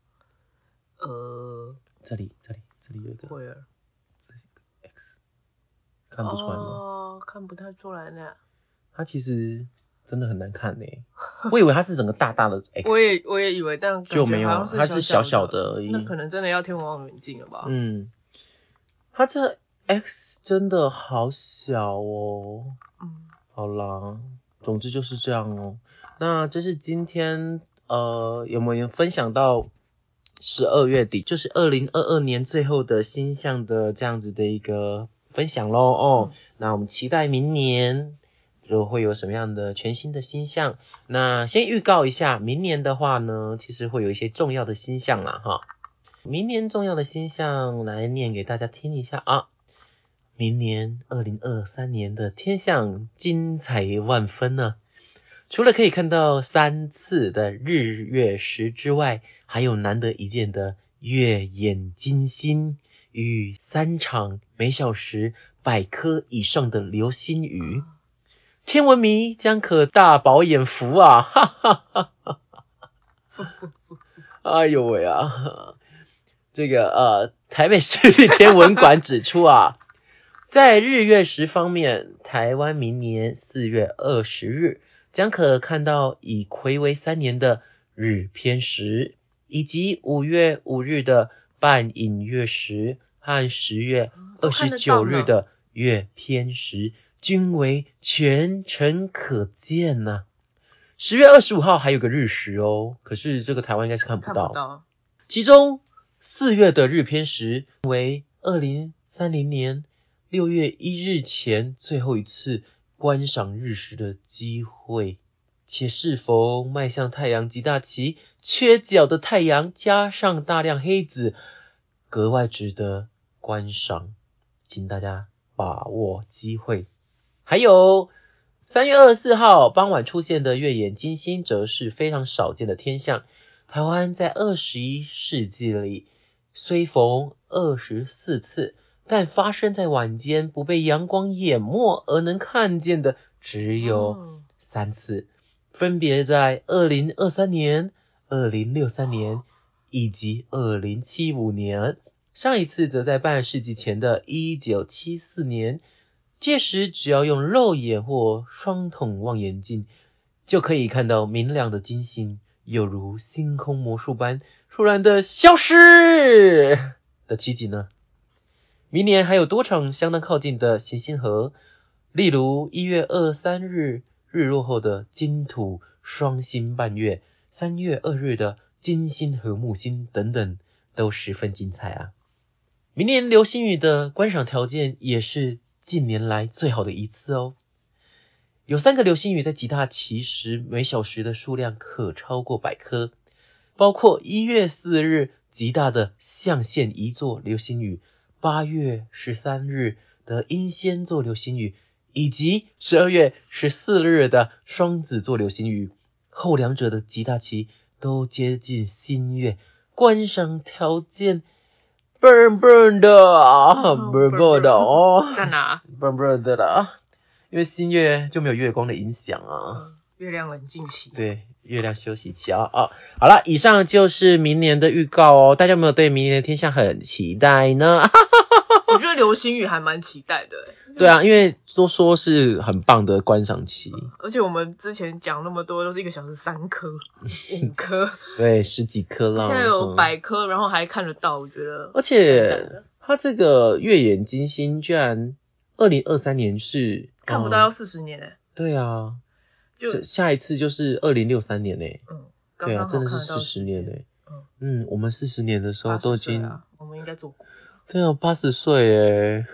B: 呃，
A: 这里这里这里有一个
B: 会啊儿
A: X，看不出来吗？
B: 哦，看不太出来 呢。
A: 它其实真的很难看呢、我以为它是整个大大 的 X，
B: 我也我也以为，但感觉
A: 就没有
B: 好
A: 啊
B: 像，
A: 它是
B: 是
A: 小
B: 小
A: 小的而已。
B: 那可能真的要天文望远镜了吧？
A: 嗯，它这 X 真的好小哦。
B: 嗯，
A: 好啦，总之就是这样哦。那这是今天呃有没有分享到十二月底，就是二零二二年最后的星象的这样子的一个分享喽哦。
B: 嗯
A: 那我们期待明年就会有什么样的全新的星象。那先预告一下，明年的话呢，其实会有一些重要的星象啦哈。明年重要的星象来念给大家听一下啊。明年二零二三年的天象精彩万分呢、除了可以看到三次的日月食之外，还有难得一见的月眼金星与三场每小时百颗以上的流星雨。天文迷将可大饱眼福啊！哈哈哈哈哈！哎呦喂啊！ 这个呃，台北市立天文馆指出啊， 在日月食方面，台湾明年四月二十日将可看到以暌违三年的日偏食，以及五月五日的半影月食和十月二
B: 都看
A: 十
B: 得
A: 九
B: 到呢
A: 日的月偏食，均为全程可见呐、十月二十五号还有个日食哦，可是这个台湾应该是看
B: 看不到。
A: 其中四月的日偏食为二零三零年六月一日前最后一次观赏日食的机会，且适逢迈向太阳极大期，缺角的太阳加上大量黑子，格外值得观赏，请大家把握机会。还有三月二十四号傍晚出现的月眼金星，则是非常少见的天象。台湾在二十一世纪里虽逢二十四次，但发生在晚间不被阳光淹没而能看见的只有
B: 嗯
A: 三次，分别在二零二三年、二零六三年以及二零七五年。上一次则在半世纪前的一九七四年，届时只要用肉眼或双筒望远镜，就可以看到明亮的金星，有如星空魔术般突然的消失的奇景呢。明年还有多场相当靠近的行星河，例如一月二三日日落后的金土双星伴月，三月二日的金星和木星等等，都十分精彩啊。明年流星雨的观赏条件也是近年来最好的一次哦。有三个流星雨在吉大其实每小时的数量可超过百颗，包括一月四日吉大的象限一座流星雨，八月十三日的英仙座流星雨，以及十二月十四日的双子座流星雨。后两者的吉大期都接近新月，观赏条件笨笨的啊，笨笨的哦，
B: 在哪？
A: 笨笨的啦，因为新月就没有月光的影响啊。
B: 嗯月亮冷静期。
A: 对，月亮休息期啊啊、好了，以上就是明年的预告哦。大家有没有对明年的天象很期待呢？
B: 我觉得流星雨还蛮期待的欸，
A: 对啊，因为都说是很棒的观赏期，
B: 而且我们之前讲那么多都是一个小时 三颗、五颗，
A: 对，十几颗啦，
B: 现在有
A: 嗯哦
B: 百颗，然后还看得到，我觉得
A: 而
B: 赞赞
A: 且
B: 的
A: 它这个月眼金星居然二零二三年是
B: 看不到
A: 嗯
B: 要四十年哎，
A: 对啊，
B: 就
A: 这下一次就是二零六三年呢、
B: 嗯，刚
A: 对啊
B: 刚，好
A: 真
B: 看
A: 的
B: 得
A: 是
B: 到
A: 四十年呢、
B: 呢，嗯
A: 嗯，我们四十年的时候都已
B: 80岁
A: 经，
B: 啊我们应该做过，
A: 对啊，八十岁诶，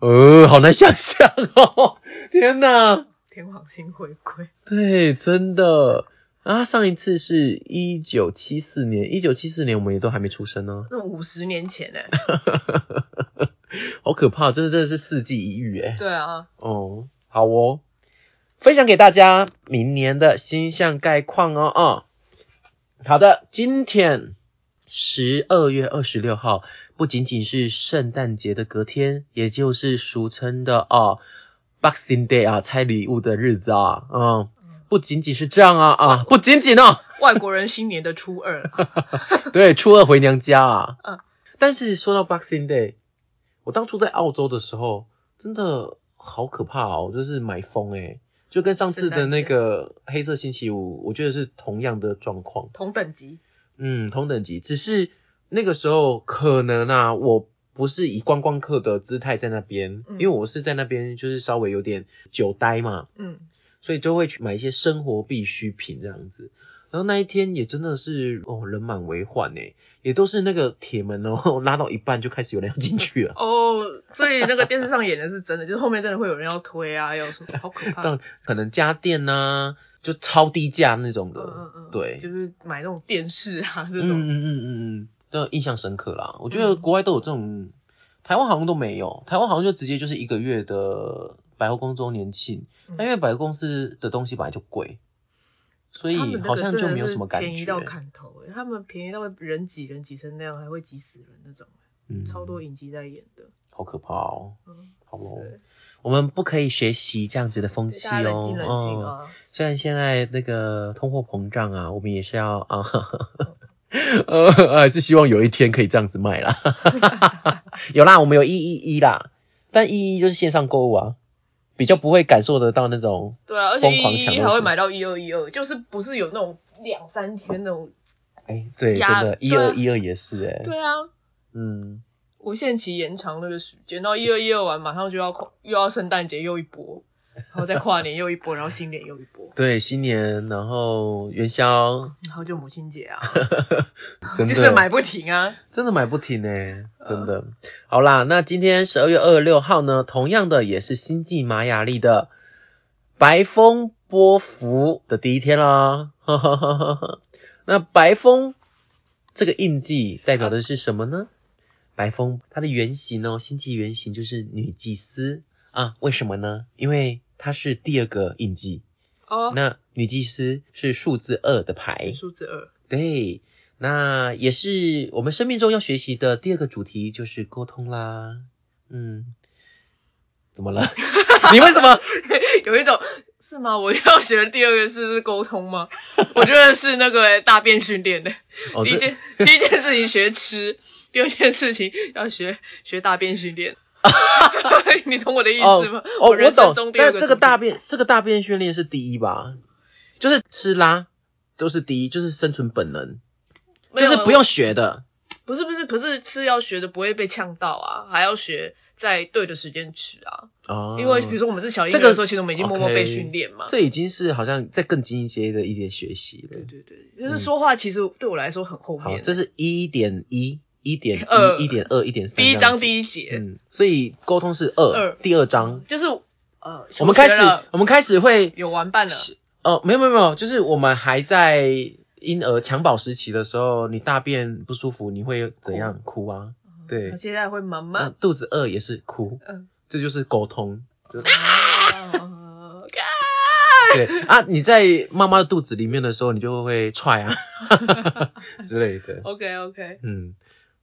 A: 呃，好难想象哦， 天哪，
B: 天王星回归，
A: 对，真的啊，上一次是一九七四年，一九七四年我们也都还没出生呢、
B: 那五十年 前哎，
A: 好可怕，真的真的是世纪一遇诶。
B: 对啊，
A: 哦，好哦，分享给大家明年的星象概况哦。哦，好的，今天十二月二十六号，不仅仅是圣诞节的隔天，也就是俗称的哦 Boxing Day 啊，拆礼物的日子啊，嗯，不仅仅是这样啊啊，不仅仅哦，
B: 外国人新年的初二啊啦
A: 对，初二回娘家啊。
B: 嗯
A: 但是说到 Boxing Day，我当初在澳洲的时候，真的好可怕哦，就是买疯诶、就跟上次的那个黑色星期五，我觉得是同样的状况。
B: 同等级，
A: 嗯，同等级，只是那个时候可能啊，我不是以观光客的姿态在那边，
B: 嗯
A: 因为我是在那边就是稍微有点久待嘛，
B: 嗯，
A: 所以就会去买一些生活必需品这样子。然后那一天也真的是哦，人满为患呢，也都是那个铁门哦， 拉到一半就开始有人要进去了。
B: 哦，所以那个电视上演的是真的，就是后面真的会有人要推啊，要说好 可怕，
A: 但可能家电呐、就超低价那种的，
B: 嗯嗯嗯，
A: 对，
B: 就是买那种电视啊这
A: 嗯
B: 种，
A: 嗯
B: 嗯
A: 嗯嗯嗯，都印象深刻啦。我觉得国外都有这种，台湾好像都没有，台湾好像就直接就是一个月的百货公司周年庆，
B: 嗯
A: 但因为百货公司的东西本来就贵，所
B: 他们
A: 以
B: 那个
A: 好像就没有什么感
B: 真的是
A: 觉，
B: 便宜到砍头、欸，他们便宜到会人挤人挤成那样，还会挤死人那种，
A: 嗯
B: 超多影集在演的，
A: 好可怕哦，
B: 嗯，
A: 好哦，
B: 对，
A: 我们不可以学习这样子的风气
B: 对大家冷
A: 哦，
B: 静冷静
A: 哦，
B: 啊，
A: 虽然现在那个通货膨胀啊，我们也是要啊， 呃， 还是希望有一天可以这样子卖啦， 有啦，我们有一一一啦，但一一就是线上购物啊，比较不会感受得到那种，
B: 对啊，而且
A: 疯狂
B: 一
A: 抢
B: 一
A: 购
B: 还会
A: 是
B: 买到一二一二，就是不是有那种两三天那种，
A: 哎，对，真
B: 呀
A: 的，一
B: 对啊
A: 二一二也是哎、
B: 对啊，
A: 嗯，
B: 无限期延长那个时间，到一二一二完，马上就要跨又要圣诞节又一波，然后再跨年又一波，然后新年又一波，
A: 对，新年，然后元宵，
B: 然后就母亲节啊，
A: 真的
B: 就是买不停啊，
A: 真的买不停呢、欸真的。好啦，那今天十二月二十六号呢，同样的也是星际玛雅历的白风波幅的第一天啦。 那白风这个印记代表的是什么呢？白风它的原型哦，星际原型就是女祭司啊。为什么呢？因为它是第二个印记，
B: 哦，
A: 那哎女祭司是数字二的牌。
B: 数字二，
A: 对，那也是我们生命中要学习的第二个主题，就是沟通啦。嗯，怎么了？ 你为什么？
B: 有一种是吗？我要学的第二个是是沟通吗？我觉得是那个、欸大便训练的、
A: 哦，
B: 第一
A: 这
B: 件第一件事情学吃，第二件事情要学学大便训 练。你懂我的意
A: 哦
B: 思吗？
A: 哦，
B: 人
A: 我
B: 生
A: 懂
B: 中。第二
A: 但
B: 个
A: 这个
B: 主题
A: 大便，这个大便训练是第一吧？就是吃拉都是第一，就是生存本能，
B: 没
A: 就
B: 有啊
A: 是不用学的。
B: 不是不是，可是吃要学的不会被呛到啊，还要学在对的时间吃啊。
A: 哦，
B: 因为比如说我们是小婴
A: 这
B: 儿
A: 个
B: 的时候，其实我们已经默默被
A: OK，
B: 训练嘛。
A: 这已经是好像再更进阶的一点学习了
B: 对。对对，就是说话其实对我来说很后
A: 好，
B: 面。
A: 这是一点一、一点
B: 二
A: 一、一点二、一点三。
B: 第一章
A: 一。
B: 第一节，
A: 嗯，所以沟通是二，
B: 二
A: 第二章，
B: 就是呃，
A: 嗯我们开
B: 小学
A: 始
B: 了，
A: 我们开始会，
B: 有玩伴了，
A: 呃，没有没有没有，就是我们还在婴儿襁褓时期的时候，你大便不舒服，你会怎
B: 哦
A: 样哭啊？对
B: 我，现在会慢
A: 那
B: 慢
A: 肚子饿也是哭，
B: 哦嗯。
A: 这就是沟 通。就嗯
B: 啊
A: 对啊，你在妈妈的肚子里面的时候，你就会踹啊 之类的。
B: OK OK，
A: 嗯，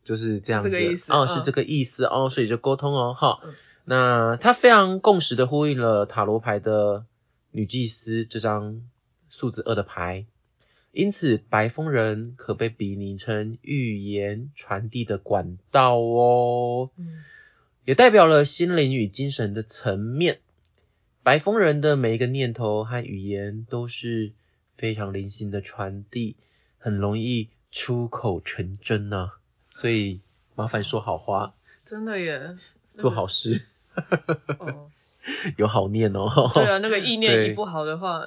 A: 就是这样子
B: 是这个意思
A: 哦，
B: 嗯
A: 是这个意思哦，所以就沟通哦，哈、
B: 嗯
A: 那它非常共识的呼应了塔罗牌的女祭司这张数字二的牌，因此白风人可被比拟成预言传递的管道哦。
B: 嗯，
A: 也代表了心灵与精神的层面。白风人的每一个念头和语言都是非常灵性的传递，很容易出口成真呐、所以麻烦说好话，
B: 真的耶，
A: 做好事，
B: 哦，
A: 有好念哦。
B: 对 啊，那个意念
A: 对
B: 一不好的话，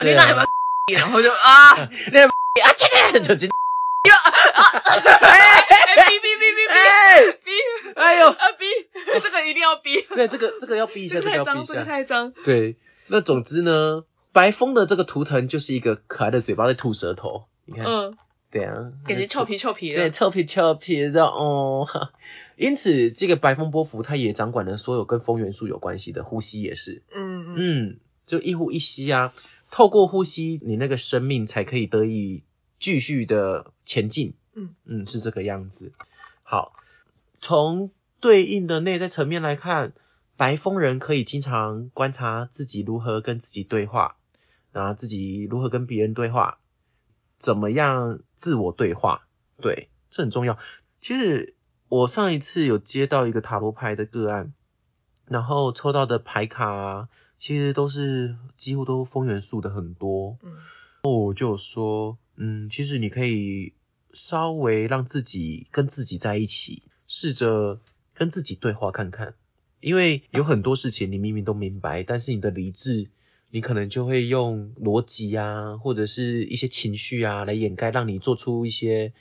B: 你
A: 对
B: 那
A: 啊
B: 你们，然后就啊。
A: 啊，切切就今
B: 哎哔哔哔
A: 哎
B: 哔哔，
A: 哎呦，
B: 啊哔，这个一 定要哔，
A: 对这个这个要避一下，
B: 这
A: 这
B: 个
A: 个
B: 太
A: 要避一
B: 脏，这个
A: 下。
B: 太脏。
A: 对，那总之呢，白风的这个图腾就是一个可爱的嘴巴在吐舌头，你看，
B: 嗯，
A: 对啊，
B: 感觉臭皮臭皮
A: 对，
B: 的。
A: 臭屁臭屁，然后哦，因此这个白风波符它也掌管了所有跟风元素有关系的，呼吸也是，
B: 嗯嗯
A: 嗯，就一呼一吸啊，透过呼吸，你那个生命才可以得以继续的前进，
B: 嗯
A: 嗯，是这个样子。好，从对应的内在层面来看，白风人可以经常观察自己如何跟自己对话，然后自己如何跟别人对话，怎么样自我对话，对，这很重要。其实我上一次有接到一个塔罗牌的个案，然后抽到的牌卡、啊、其实都是几乎都风元素的很多，
B: 嗯
A: 我就说，嗯，其实你可以稍微让自己跟自己在一起，试着跟自己对话看看，因为有很多事情你明明都明白，但是你的理智，你可能就会用逻辑啊，或者是一些情绪啊来掩盖，让你做出一些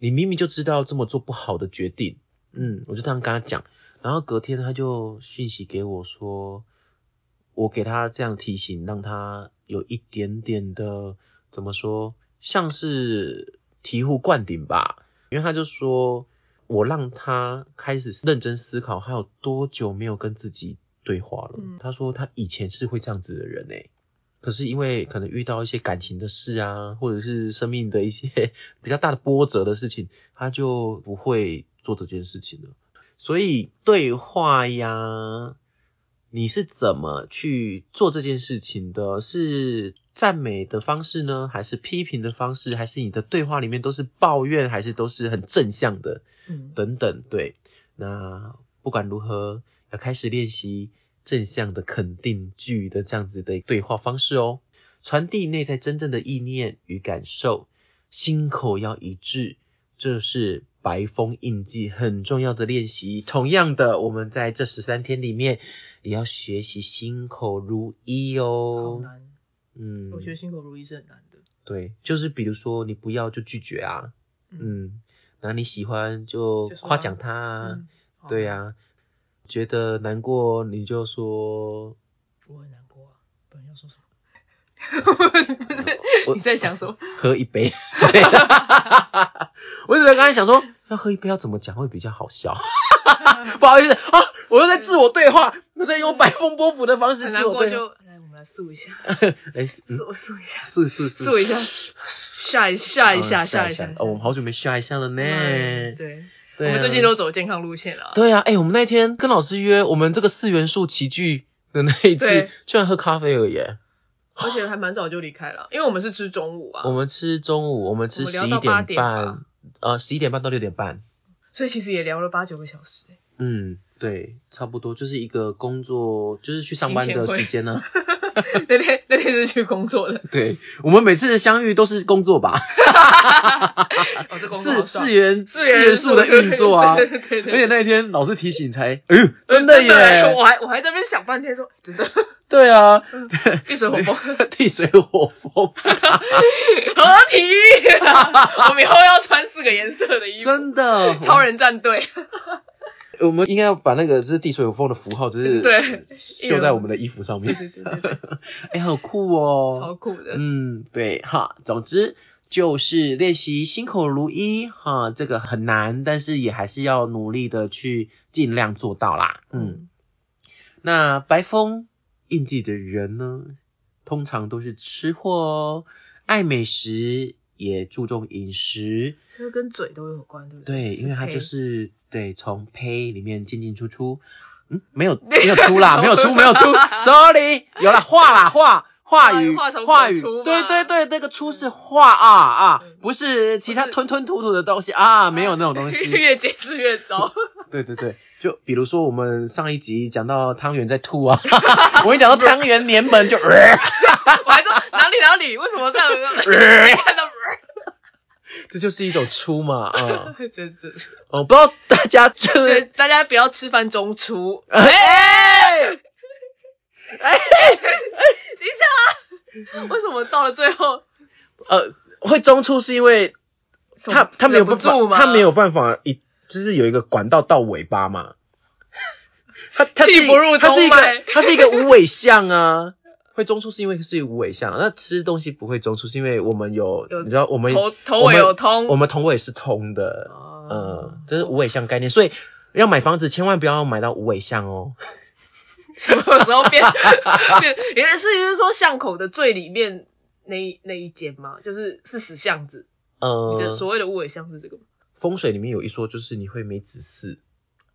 A: 你明明就知道这么做不好的决定。嗯，我就这样跟他讲，然后隔天他就讯息给我说，我给他这样提醒，让他有一点点的怎么说，像是醍醐灌顶吧。因为他就说，我让他开始认真思考，他有多久没有跟自己对话了。
B: 嗯
A: 他说他以前是会这样子的人诶、可是因为可能遇到一些感情的事啊，或者是生命的一些 比较大的波折的事情，他就不会做这件事情了。所以对话呀，你是怎么去做这件事情的？是赞美的方式呢，还是批评的方式，还是你的对话里面都是抱怨，还是都是很正向的
B: 嗯，
A: 等等？对，那不管如何，要开始练习正向的肯定句的这样子的对话方式哦，传递内在真正的意念与感受，心口要一致，这是白风印记很重要的练习。同样的，我们在这十三天里面也要学习心口如一
B: 好
A: 哦。
B: 难，
A: 嗯，
B: 我觉得心口如意是很难的。
A: 对，就是比如说你不要就拒绝啊，
B: 嗯
A: 嗯，然后你喜欢就
B: 就说啊
A: 夸奖他啊，
B: 嗯，好
A: 对
B: 难，
A: 啊，觉得难过你就说，
B: 我很难过啊，不然要说什么？不
A: 我
B: 是你在 想什么？
A: 喝一杯。对，我只是刚才想说，要喝一杯要怎么讲会比较好笑， 不好意思啊，我又在自我对话，又在用白风波幅的方式
B: 很
A: 自
B: 难
A: 我
B: 过
A: 对啊话。
B: 就来，我们来诉一下，
A: 哎，
B: 诉诉 一下，
A: 是是是，
B: 诉一下，下一下一下
A: 嗯
B: 下
A: 一
B: 一下。
A: 哦，我们好久没下一下了呢。
B: 嗯对，
A: 对啊，
B: 我们最近都走健康路线了啊。
A: 对啊，哎、我们那天跟老师约，我们这个四元素齐聚的那一次
B: 对，
A: 居然喝咖啡而已。
B: 而且还蛮早就离开了，因为我们是吃中午
A: 我
B: 啊，
A: 们吃中午，我们吃
B: 我们
A: 十
B: 聊
A: 一
B: 到八点
A: 半
B: 吧，
A: 呃，十一点半到六点半。
B: 所以其实也聊了八九个小时欸。
A: 嗯，对，差不多就是一个工作，就是去上班
B: 行
A: 的
B: 前会
A: 时间呢、
B: 那天那天是去工作的，
A: 对，我们每次的相遇都是工作吧，
B: 哦，这工作
A: 四
B: 好爽
A: 四元
B: 四元
A: 素的运作啊。
B: 对对对呃
A: 而
B: 对
A: 且那一天老师提醒才，哎呦，真的耶，
B: 哎我还我还在那边想半天说，哎真 的
A: 对啊，
B: 一水火 风
A: 地水火风，
B: 合体， 我们以后要穿四个颜色的衣服，
A: 真的，
B: 超人战 队，
A: 我们应该要把那个就是地水有风的符号，就是
B: 对
A: 绣在我们的衣服上
B: 对
A: 面。
B: 对对对对，
A: 哎、好酷哦！
B: 超酷的，
A: 嗯，对哈，总之就是练习心口如一哈，这个很难，但是也还是要努力的去尽量做到啦。嗯，那白风印记的人呢，通常都是吃货哦，爱美食，也注重饮食，
B: 就是跟嘴都有关，对不
A: 对，
B: 对，
A: 因为它
B: 配
A: 就是对从胚里面进进出出，嗯，没 有没有出啦，没有出没有出，sorry，有啦话啦话话
B: 话
A: 语
B: 话从
A: 话
B: 口
A: 语，
B: 出
A: 对
B: 嘛
A: 对对，那个出是话啊啊
B: 嗯，
A: 不是其他
B: 是哎
A: 吞吞吐吐的东西啊，没有那种东西，
B: 越解释越糟，
A: 对对对，就比如说我们上一集讲到汤圆在吐 啊，我一讲到汤圆粘门就，
B: 我还说哪里哪里，为什么这样这样？看到
A: 这就是一种出嘛，嗯，
B: 真真，
A: 我不知道大 家就是
B: 对大家不要吃饭中出，
A: 哎哎哎
B: 等一下啊，为什么到了最后？
A: 呃，会中出是因为他他没有
B: 忍
A: 办
B: 不
A: 法
B: 住，吗？
A: 他没有办法一就是有一个管道到尾巴 嘛。他他是一
B: 气不入
A: 他是一
B: 中脉
A: 个他是一个无尾象啊，会中出是因为是五尾象，啊那吃东西不会中出是因为我们有，
B: 有
A: 你知道我们
B: 头头
A: 我
B: 尾
A: 们
B: 有通。
A: 我们同尾是通的，
B: 哦
A: 呃，这是五尾象概念，所以要买房子千万不要买到五尾象哦。
B: 什么时候 变变？也是就是说巷口的最里面那一那一间吗？就是是死巷子，你的
A: 呃，
B: 所谓的无尾巷是这个吗？
A: 风水里面有一说就是你会没子嗣，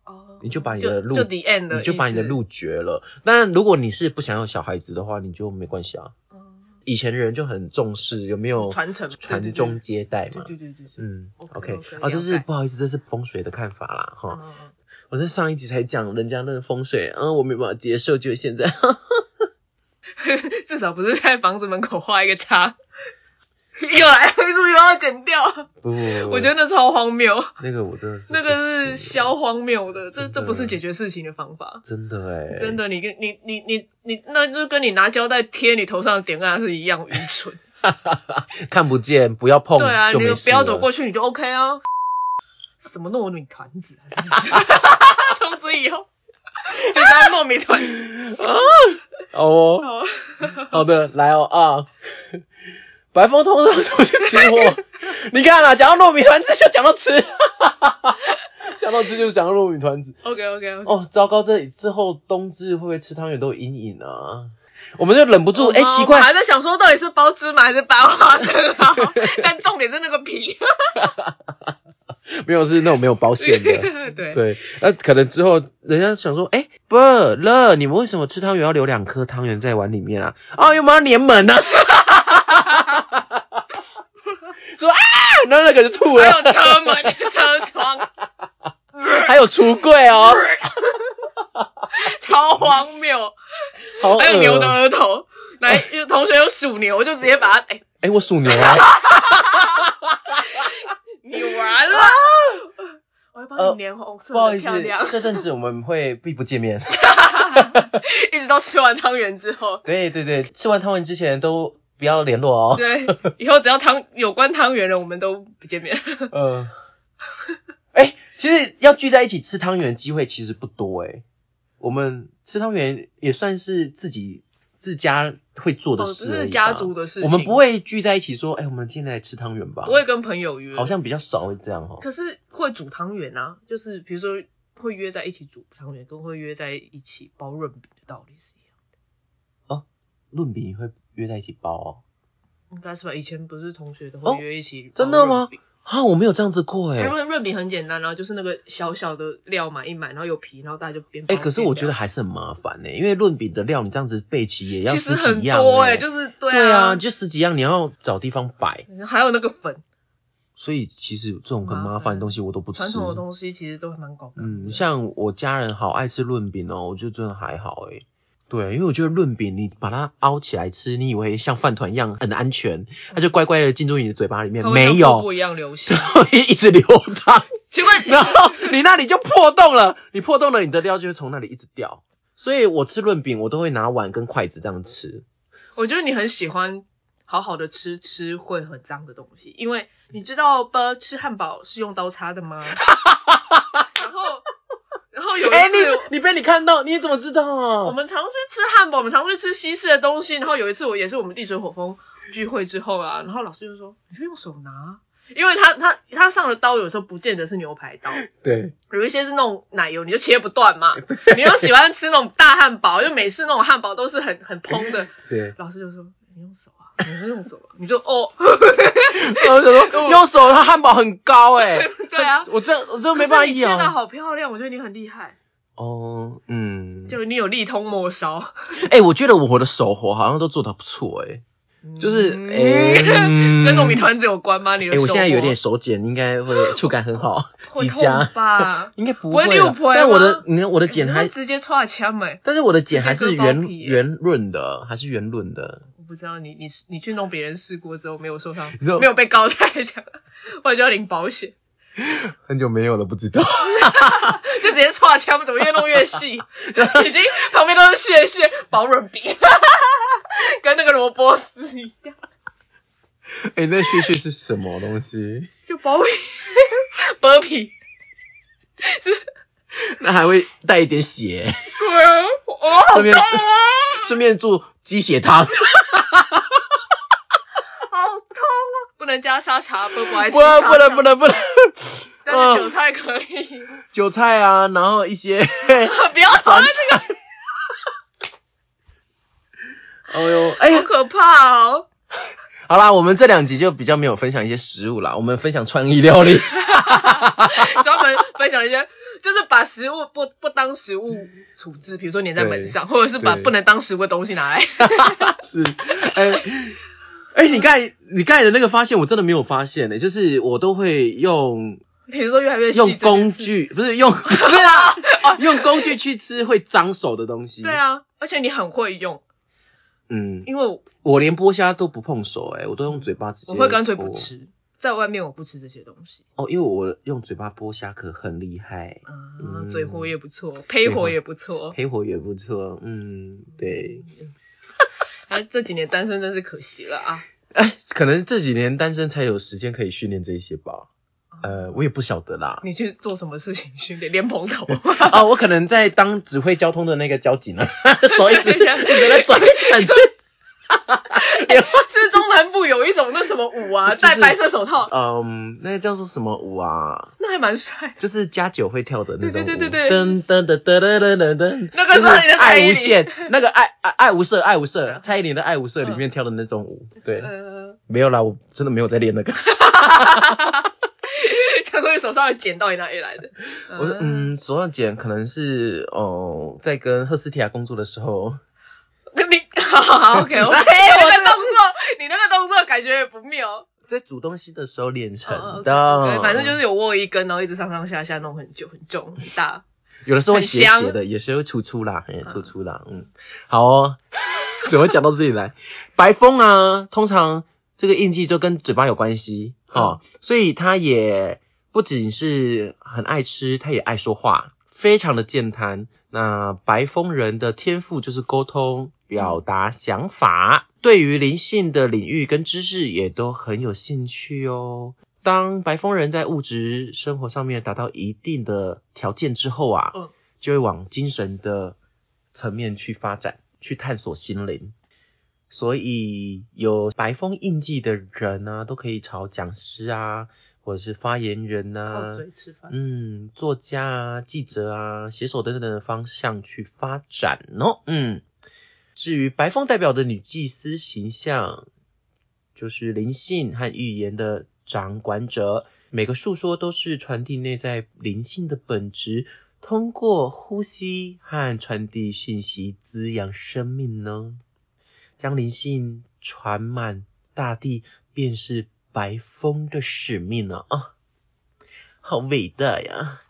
B: 哦
A: 你就把你
B: 就
A: 的路
B: 就 the end 的意思，
A: 你就把你的路绝了。当然，如果你是不想要小孩子的话，你就没关系啊。
B: 嗯
A: 以前人就很重视有没有
B: 传承
A: 传宗接代嘛。
B: 对对对对对，
A: 嗯
B: OK，OK，
A: ，OK，哦，这
B: 了
A: 是
B: 解
A: 不好意思，这是风水的看法啦，哈、
B: 嗯嗯
A: 我在上一集才讲人家那个风水，嗯，我没办法接受，就现 在，
B: 嗯至少不是在房子门口画一个叉。又来，是不是又要剪掉？
A: 不，
B: 我觉得那超荒谬，
A: 那个我真的是
B: 那个
A: 不
B: 是
A: 行
B: 消荒谬的，这
A: 真的
B: 这不是解决事情的方 法。
A: 真的哎、
B: 真的，你跟你你你你，那就跟你拿胶带贴你头上的点案是一样愚蠢。
A: 看不见，不要碰，
B: 对啊，
A: 就
B: 你
A: 没
B: 就
A: 事
B: 不要走
A: 了
B: 过去，你就 OK 啊。什么糯米团子啊？真是从此以后就叫糯米团子。
A: 哦。
B: 哦
A: 好的，来哦啊！ 白风通常都是吃 货，你看啦，讲到糯米团子就讲到吃， 讲到吃就讲到糯米团子。
B: OK OK OK。
A: 哦，糟糕，这里之后冬至会不会吃汤圆都有阴影啊？我们就忍不住，哎、奇
B: 哦我
A: 怪，
B: 还在想说到底是包芝麻还是包花生 啊？但重点是那个皮。
A: 没有是那种没有包馅的。
B: 对。
A: 对，啊那可能之后人家想说，哎、不了，你们为什么吃汤圆要留两颗汤圆在碗里面啊？啊，又没有要粘门呢、啊？ 说啊，然后那个就吐
B: 还
A: 了。
B: 有车门、车窗，
A: 还有橱柜哦，
B: 超荒谬。
A: 好恶哦呃
B: 还有牛的。额头，来，同学有属牛，我就直接把它，哎、
A: 哎、我属牛啊，
B: 你完了！我要帮你粘红
A: 啊呃
B: 色
A: 不好
B: 的
A: 意思
B: 漂亮，，
A: 这阵子我们会避不见面。
B: 一直到吃完汤圆之后，
A: 对对对，吃完汤圆之前都不要联络哦。
B: 对，以后只要汤有关汤圆的，我们都不见面。
A: 嗯。哎、其实要聚在一起吃汤圆的机会其实不多哎、我们吃汤圆也算是自己自家会做的
B: 哦
A: 事、
B: 这是
A: 而已吧
B: 家族的事情
A: 我们不会聚在一起说，哎、我们今天来吃汤圆吧。
B: 不会，跟朋友约，
A: 好像比较少会这样哦。
B: 可是会煮汤圆啊，就是比如说会约在一起煮汤圆，跟会约在一起包润饼的道理是一样，
A: 论饼会约在一起包哦。
B: 应该是吧？以前不是同学都
A: 哦
B: 会约一起、
A: 真的吗？啊，我没有这样子过哎、
B: 因为润饼很简单啊，就是那个小小的料买一买，然后有皮，然后大家就边包
A: 哎、可是
B: 边
A: 我觉
B: 聊
A: 得还是很麻烦呢、因为论饼的料你这样子备齐也要
B: 其
A: 十
B: 实很
A: 几样、
B: 多欸
A: 哎、
B: 就是
A: 对啊
B: 对啊，
A: 就十几样，你要找地方摆，
B: 还有那个粉，
A: 所以其实这种很
B: 麻
A: 麻
B: 烦
A: 烦的东西我都不吃
B: 传。统的东西其实都还蛮搞纲的。
A: 嗯，像我家人好爱吃论饼哦，我就真的还好哎、对，因为我觉得论饼你把它凹起来吃，你以为像饭团一样很安全，它就乖乖的进入你的嘴巴里面，
B: 它会像
A: 没
B: 瀑
A: 有
B: 布，一样流 行
A: 就。会一直流淌。
B: 请问
A: 然后你那里就破洞了，你破洞了，你的料就会从那里一直掉。所以我吃润饼，我都会拿碗跟筷子这样吃。
B: 我觉得你很喜欢好好的吃吃会很脏的东西，因为你知道吧，吃汉堡是用刀叉 的吗？然后，然后有一
A: 哎、
B: 次。
A: 你你被你看到，你怎么知道
B: 我
A: 啊？
B: 们常去吃汉堡，我们常去吃西式的东西。然后有一次，我也是我们地水火风聚会之后啊，然后老师就说：“你就用手拿，因为他他他上的刀有时候不见得是牛排 刀，
A: 对，
B: 有一些是那种奶油，你就切不 断嘛。你又喜欢吃那种大汉堡，就美式那种汉堡都是很很蓬的。
A: 对。
B: 老师就说你用手啊，你用手啊，你就哦，
A: 我想说，用手，它汉堡很高哎、
B: 对 啊，
A: 我这我这
B: 可
A: 没办法
B: 是你切的
A: 咬。
B: 好漂亮，我觉得你很厉害，
A: 哦，嗯，
B: 就你有力通末梢，
A: 哎、我觉得我的手活好像都做得不错哎、就是
B: 嗯
A: 哎、 嗯
B: 跟糯米团子有关吗？你
A: 哎、
B: 的手啊
A: 我现在有
B: 活
A: 点手茧，应该会触感很好，
B: 会
A: 极
B: 痛
A: 佳。
B: 吧？
A: 应该不
B: 不会
A: 会
B: 六
A: 啦，
B: 婆
A: 但我
B: 吗
A: 的你看我的茧还
B: 他直接戳枪哎！
A: 但是我的茧还是
B: 直接割包
A: 圆
B: 皮耶
A: 圆润的，还是圆润的。
B: 我不知道你你你去弄别人试过之后没有受伤，
A: 知道
B: 没有被高太讲，我就要领保险，
A: 很久没有了，不知 道。
B: 就直接戳枪，怎么越弄越细， 就已经旁边都是屑屑，保润饼，跟那个萝卜丝一样，
A: 哎、那屑屑是什么东西？
B: 就包皮， 剥皮，
A: 那还会带一点血，
B: 我好痛
A: 顺便
B: 啊！
A: 顺便做鸡血汤，
B: 好痛啊！不能加沙茶，不不爱吃
A: 不能不
B: 沙
A: 能
B: 茶
A: 不，能不 嗯能，
B: 但是韭菜可以。
A: 韭菜啊，然后一些，
B: 不要说这个，
A: 哎呦，哎
B: 好
A: 呀，
B: 可怕哦！
A: 好啦，我们这两集就比较没有分享一些食物啦，我们分享创意料 理，
B: 专门分享一些，就是把食物不不当食物处置，比如说粘在门上，或者是把
A: 对
B: 不能当食物的东西拿来。
A: 是，哎、哎、你刚才你刚才的那个发现，我真的没有发现呢、就是我都会用
B: 比如说越来越细
A: 用
B: 这件
A: 工
B: 事，
A: 具，不是 用不是啊， 用工具去吃会脏手的东西。
B: 对，啊，而且你很会用，
A: 嗯，
B: 因为我
A: 我连剥虾都不碰手、哎，我都用嘴巴直接。
B: 我会干脆不。吃，在外面我不吃这些东西。
A: 哦，因为我用嘴巴剥虾可很厉害，
B: 啊
A: 嗯，
B: 嘴活也不错，胚活也不错，
A: 黑火也不错。嗯，对。
B: 啊，这几年单身真是可惜了啊。
A: 哎， 可能这几年单身才有时间可以训练这一些
B: 哦
A: 吧。呃，我也不晓得啦。
B: 你去做什么事情训练？莲蓬头，
A: 啊，我可能在当指挥交通的那个交警啊， 手一 直一直在转来转去。
B: 是中南部有一种那什么舞啊，
A: 就是
B: 戴白色手套，
A: 嗯，那个叫做什么舞啊？
B: 那还蛮帅。
A: 就是加九会跳的那种舞，
B: 对对对对对
A: 噔噔噔噔噔噔噔噔，
B: 那个是
A: 就
B: 你的蔡
A: 爱
B: 依林
A: 无限，那个爱爱爱无赦，爱无赦，
B: 嗯
A: 蔡依林的爱无赦里面跳的那种舞，对，
B: 呃，
A: 没有啦，我真的没有在练那个，
B: 想说你手上的剪到底哪里来的？呃
A: 我说嗯，手上茧可能是哦，在跟赫斯提亚工作的时候，
B: 那你 好好好，OK，我
A: 哎我
B: 你那
A: 真
B: 个
A: 的
B: 动作，你那个动作感觉也不妙。
A: 在煮东西的时候练成的，
B: 嗯对，反正就是有握一根，然后一直上上下下弄很久，很重很大。
A: 有的时候会斜
B: 很
A: 斜
B: 香
A: 的，有时候会粗粗啦，哎，
B: 嗯
A: 粗粗啦，嗯，好哦， 怎么会讲到这里来？白风啊，通常这个印记就跟嘴巴有关系
B: 嗯
A: 哦，所以他也不仅是很爱吃，他也爱说话，非常的健谈。那白风人的天赋就是沟通、表达想法，
B: 嗯
A: 对于灵性的领域跟知识也都很有兴趣哦。当白风人在物质生活上面达到一定的条件之后啊，
B: 嗯
A: 就会往精神的层面去发展，去探索心灵。所以有白风印记的人呢、都可以朝讲师啊，或者是发言人啊
B: 靠
A: 呐、
B: 嘴吃饭。
A: 嗯，作家啊、记者啊、写手等等的方向去发展哦。嗯，至于白凤代表的女祭司形象，就是灵性和预言的掌管者。每个述说都是传递内在灵性的本质，通过呼吸和传递讯息滋养生命呢。将灵性传满大地，便是白风的使命了啊！好伟大呀！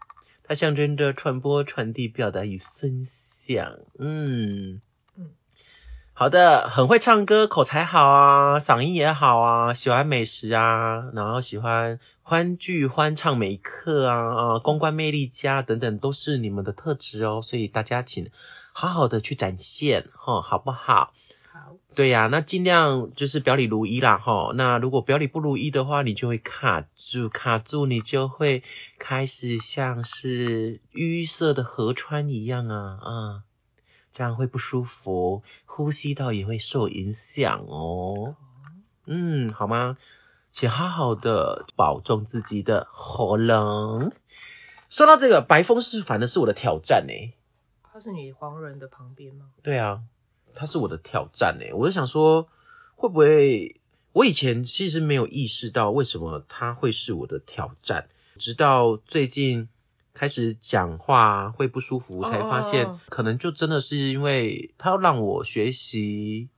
A: 它象征着传播、传递、表达与分享。嗯
B: 嗯，
A: 好的，很会唱歌，口才好啊，嗓音也好啊，喜欢美食啊，然后喜欢欢聚欢唱每一刻啊啊，公关魅力佳等等，都是你们的特质哦。所以大家请好好的去展现，哈，好不好？
B: 好，
A: 对呀、那尽量就是表里如一啦，哈。那如果表里不如一的话，你就会卡住，卡住你就会开始像是淤塞的河川一样啊啊、这样会不舒服，呼吸道也会受影响哦。嗯，好吗？请好好的保重自己的喉咙。说到这个，白风是反正是我的挑战欸诶、
B: 他是你黄人的旁边吗？
A: 对啊，它是我的挑战诶、我就想说，会不会我以前其实没有意识到为什么它会是我的挑战，直到最近开始讲话会不舒服，
B: 哦
A: 才发现
B: 哦哦
A: 可能就真的是因为它要让我学习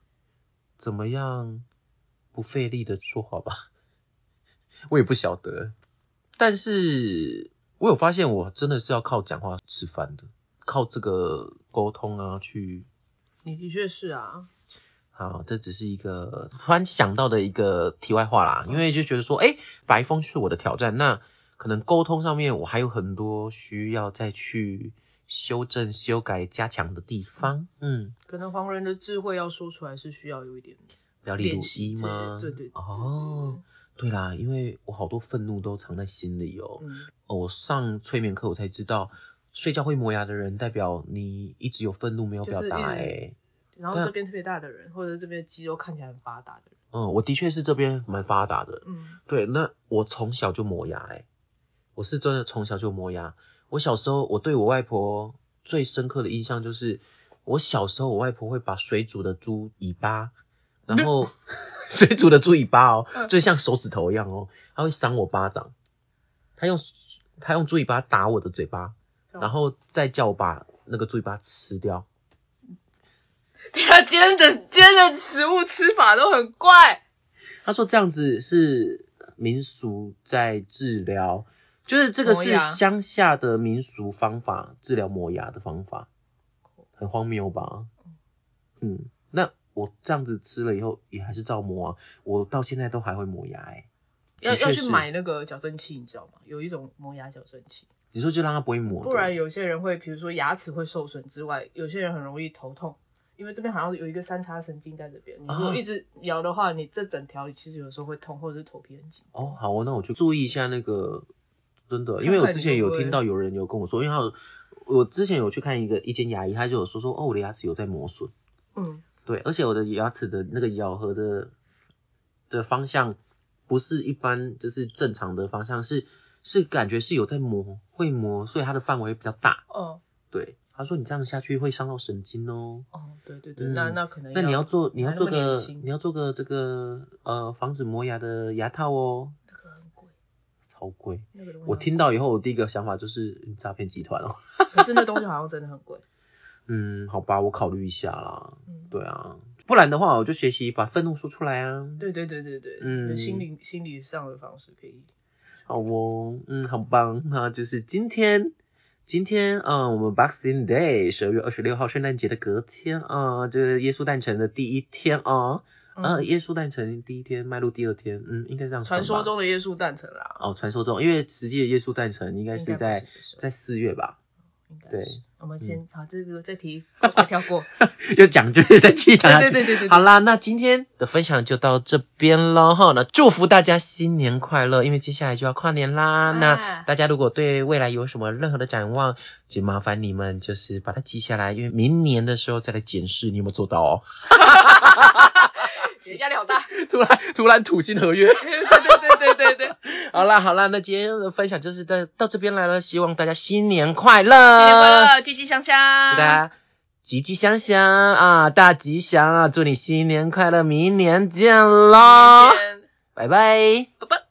A: 怎么样不费力的说话吧，我也不晓得，但是我有发现我真的是要靠讲话吃饭的。靠这个沟通啊，去
B: 你的确是啊，
A: 好，这只是一个突然想到的一个题外话啦，因为就觉得说，哎、白风是我的挑战，那可能沟通上面我还有很多需要再去修正、修改、加强的地方。嗯，
B: 可能黄人的智慧要说出来是需要有一点
A: 表里如
B: 练习
A: 一
B: 之
A: 吗？
B: 对对对
A: 哦，，对啦，因为我好多愤怒都藏在心里哦。
B: 对对嗯，
A: 哦，我上催眠课我才知道，睡觉会磨牙的人代表你一直有愤怒没有
B: 就
A: 表
B: 是
A: 达、
B: 一直
A: 欸，
B: 然后
A: 对啊
B: 这边特别大的人，或者这边肌肉看起来很发达的人，
A: 嗯，我的确是这边蛮发达的。
B: 嗯，
A: 对，那我从小就磨牙、欸，我是真的从小就磨牙。我小时候，我对我外婆最深刻的印象就是，我小时候我外婆会把水煮的猪尾巴，然后水煮的猪尾巴哦，
B: 嗯
A: 就像手指头一样哦，她会扇我巴掌，她用她用猪尾巴打我的嘴巴，然后再叫我把那个猪尾巴吃掉。
B: 对啊，今天的今天的食物吃法都很怪，
A: 他说这样子是民俗在治疗，就是这个
B: 磨
A: 是
B: 牙
A: 乡下的民俗方法，治疗磨牙的方法，很荒谬吧？嗯，那我这样子吃了以后也还是照磨啊，我到现在都还会磨牙哎、
B: 要
A: 的确
B: 要去
A: 是
B: 买那个矫正器，你知道吗？有一种磨牙矫正器，
A: 你说就让它不会磨，
B: 不然有些人会，比如说牙齿会受损之外，有些人很容易头痛，因为这边好像有一个三叉神经在这边，你如
A: 啊
B: 果一直摇的话，你这整条其实有时候会痛，或者是头皮很紧。
A: 哦，好哦，那我就注意一下那个，真的，
B: 看
A: 因为我
B: 看
A: 之
B: 你
A: 前
B: 会
A: 有
B: 不会
A: 听到有人有跟我说，因为他有我之前有去看一个一间牙医，他就有说说哦，我的牙齿有在磨损。
B: 嗯，
A: 对，而且我的牙齿的那个咬合的的方向不是一般就是正常的方向，是是感觉是有在磨，会磨，所以它的范围比较大。
B: 哦
A: 对，他说你这样下去会伤到神经哦。
B: 哦，对对对，
A: 嗯
B: 那那可能
A: 那你要做，你要
B: 还那
A: 做
B: 么年
A: 个，
B: 轻
A: 你要做个这个呃防止磨牙的牙套哦，
B: 那个很贵，
A: 超贵。
B: 那个东西
A: 我
B: 很
A: 听到以后，我第一个想法就是嗯诈骗集团哦。
B: 贵，可是那东西好像真的很贵。
A: 嗯，好吧，我考虑一下啦。
B: 嗯，
A: 对啊，不然的话我就学习把愤怒说出来啊。
B: 对对对对对，
A: 嗯
B: 有心理心理上的方式可以。
A: 好哦，嗯，好棒。那就是今天，今天啊、我们 Boxing Day 十二月二十六号圣诞节的隔天啊、就是耶稣诞辰的第一天啊、
B: 嗯
A: 呃，耶稣诞辰第一天迈入第二天，嗯，应该这样算
B: 传
A: 吧
B: 说中的耶稣诞辰啦，
A: 哦，传说中，因为实际的耶稣诞辰应该
B: 应
A: 是
B: 不
A: 在
B: 这时候
A: 在四月吧，
B: 应该
A: 对
B: 是。我们先好，这个这题快跳过。
A: 就讲就是再继续讲下去。
B: 对对对对对对
A: 好啦，那今天的分享就到这边喽哈。那祝福大家新年快乐，因为接下来就要跨年啦。
B: 啊
A: 那大家如果对未来有什么任何的展望，就麻烦你们就是把它记下来，因为明年的时候再来检视你有没有做到哦。
B: 压力好大。
A: 突然突然土星合约。
B: 对对对对对对，新
A: 好啦好啦，那今天的分享就是到到这边来了，希望大家新年快乐，
B: 年快乐，积极向上。
A: 祝大家吉吉祥祥啊，大吉祥啊！祝你新年快乐，明年见
B: 明
A: 喽，
B: 年见，
A: 拜拜。
B: 拜拜。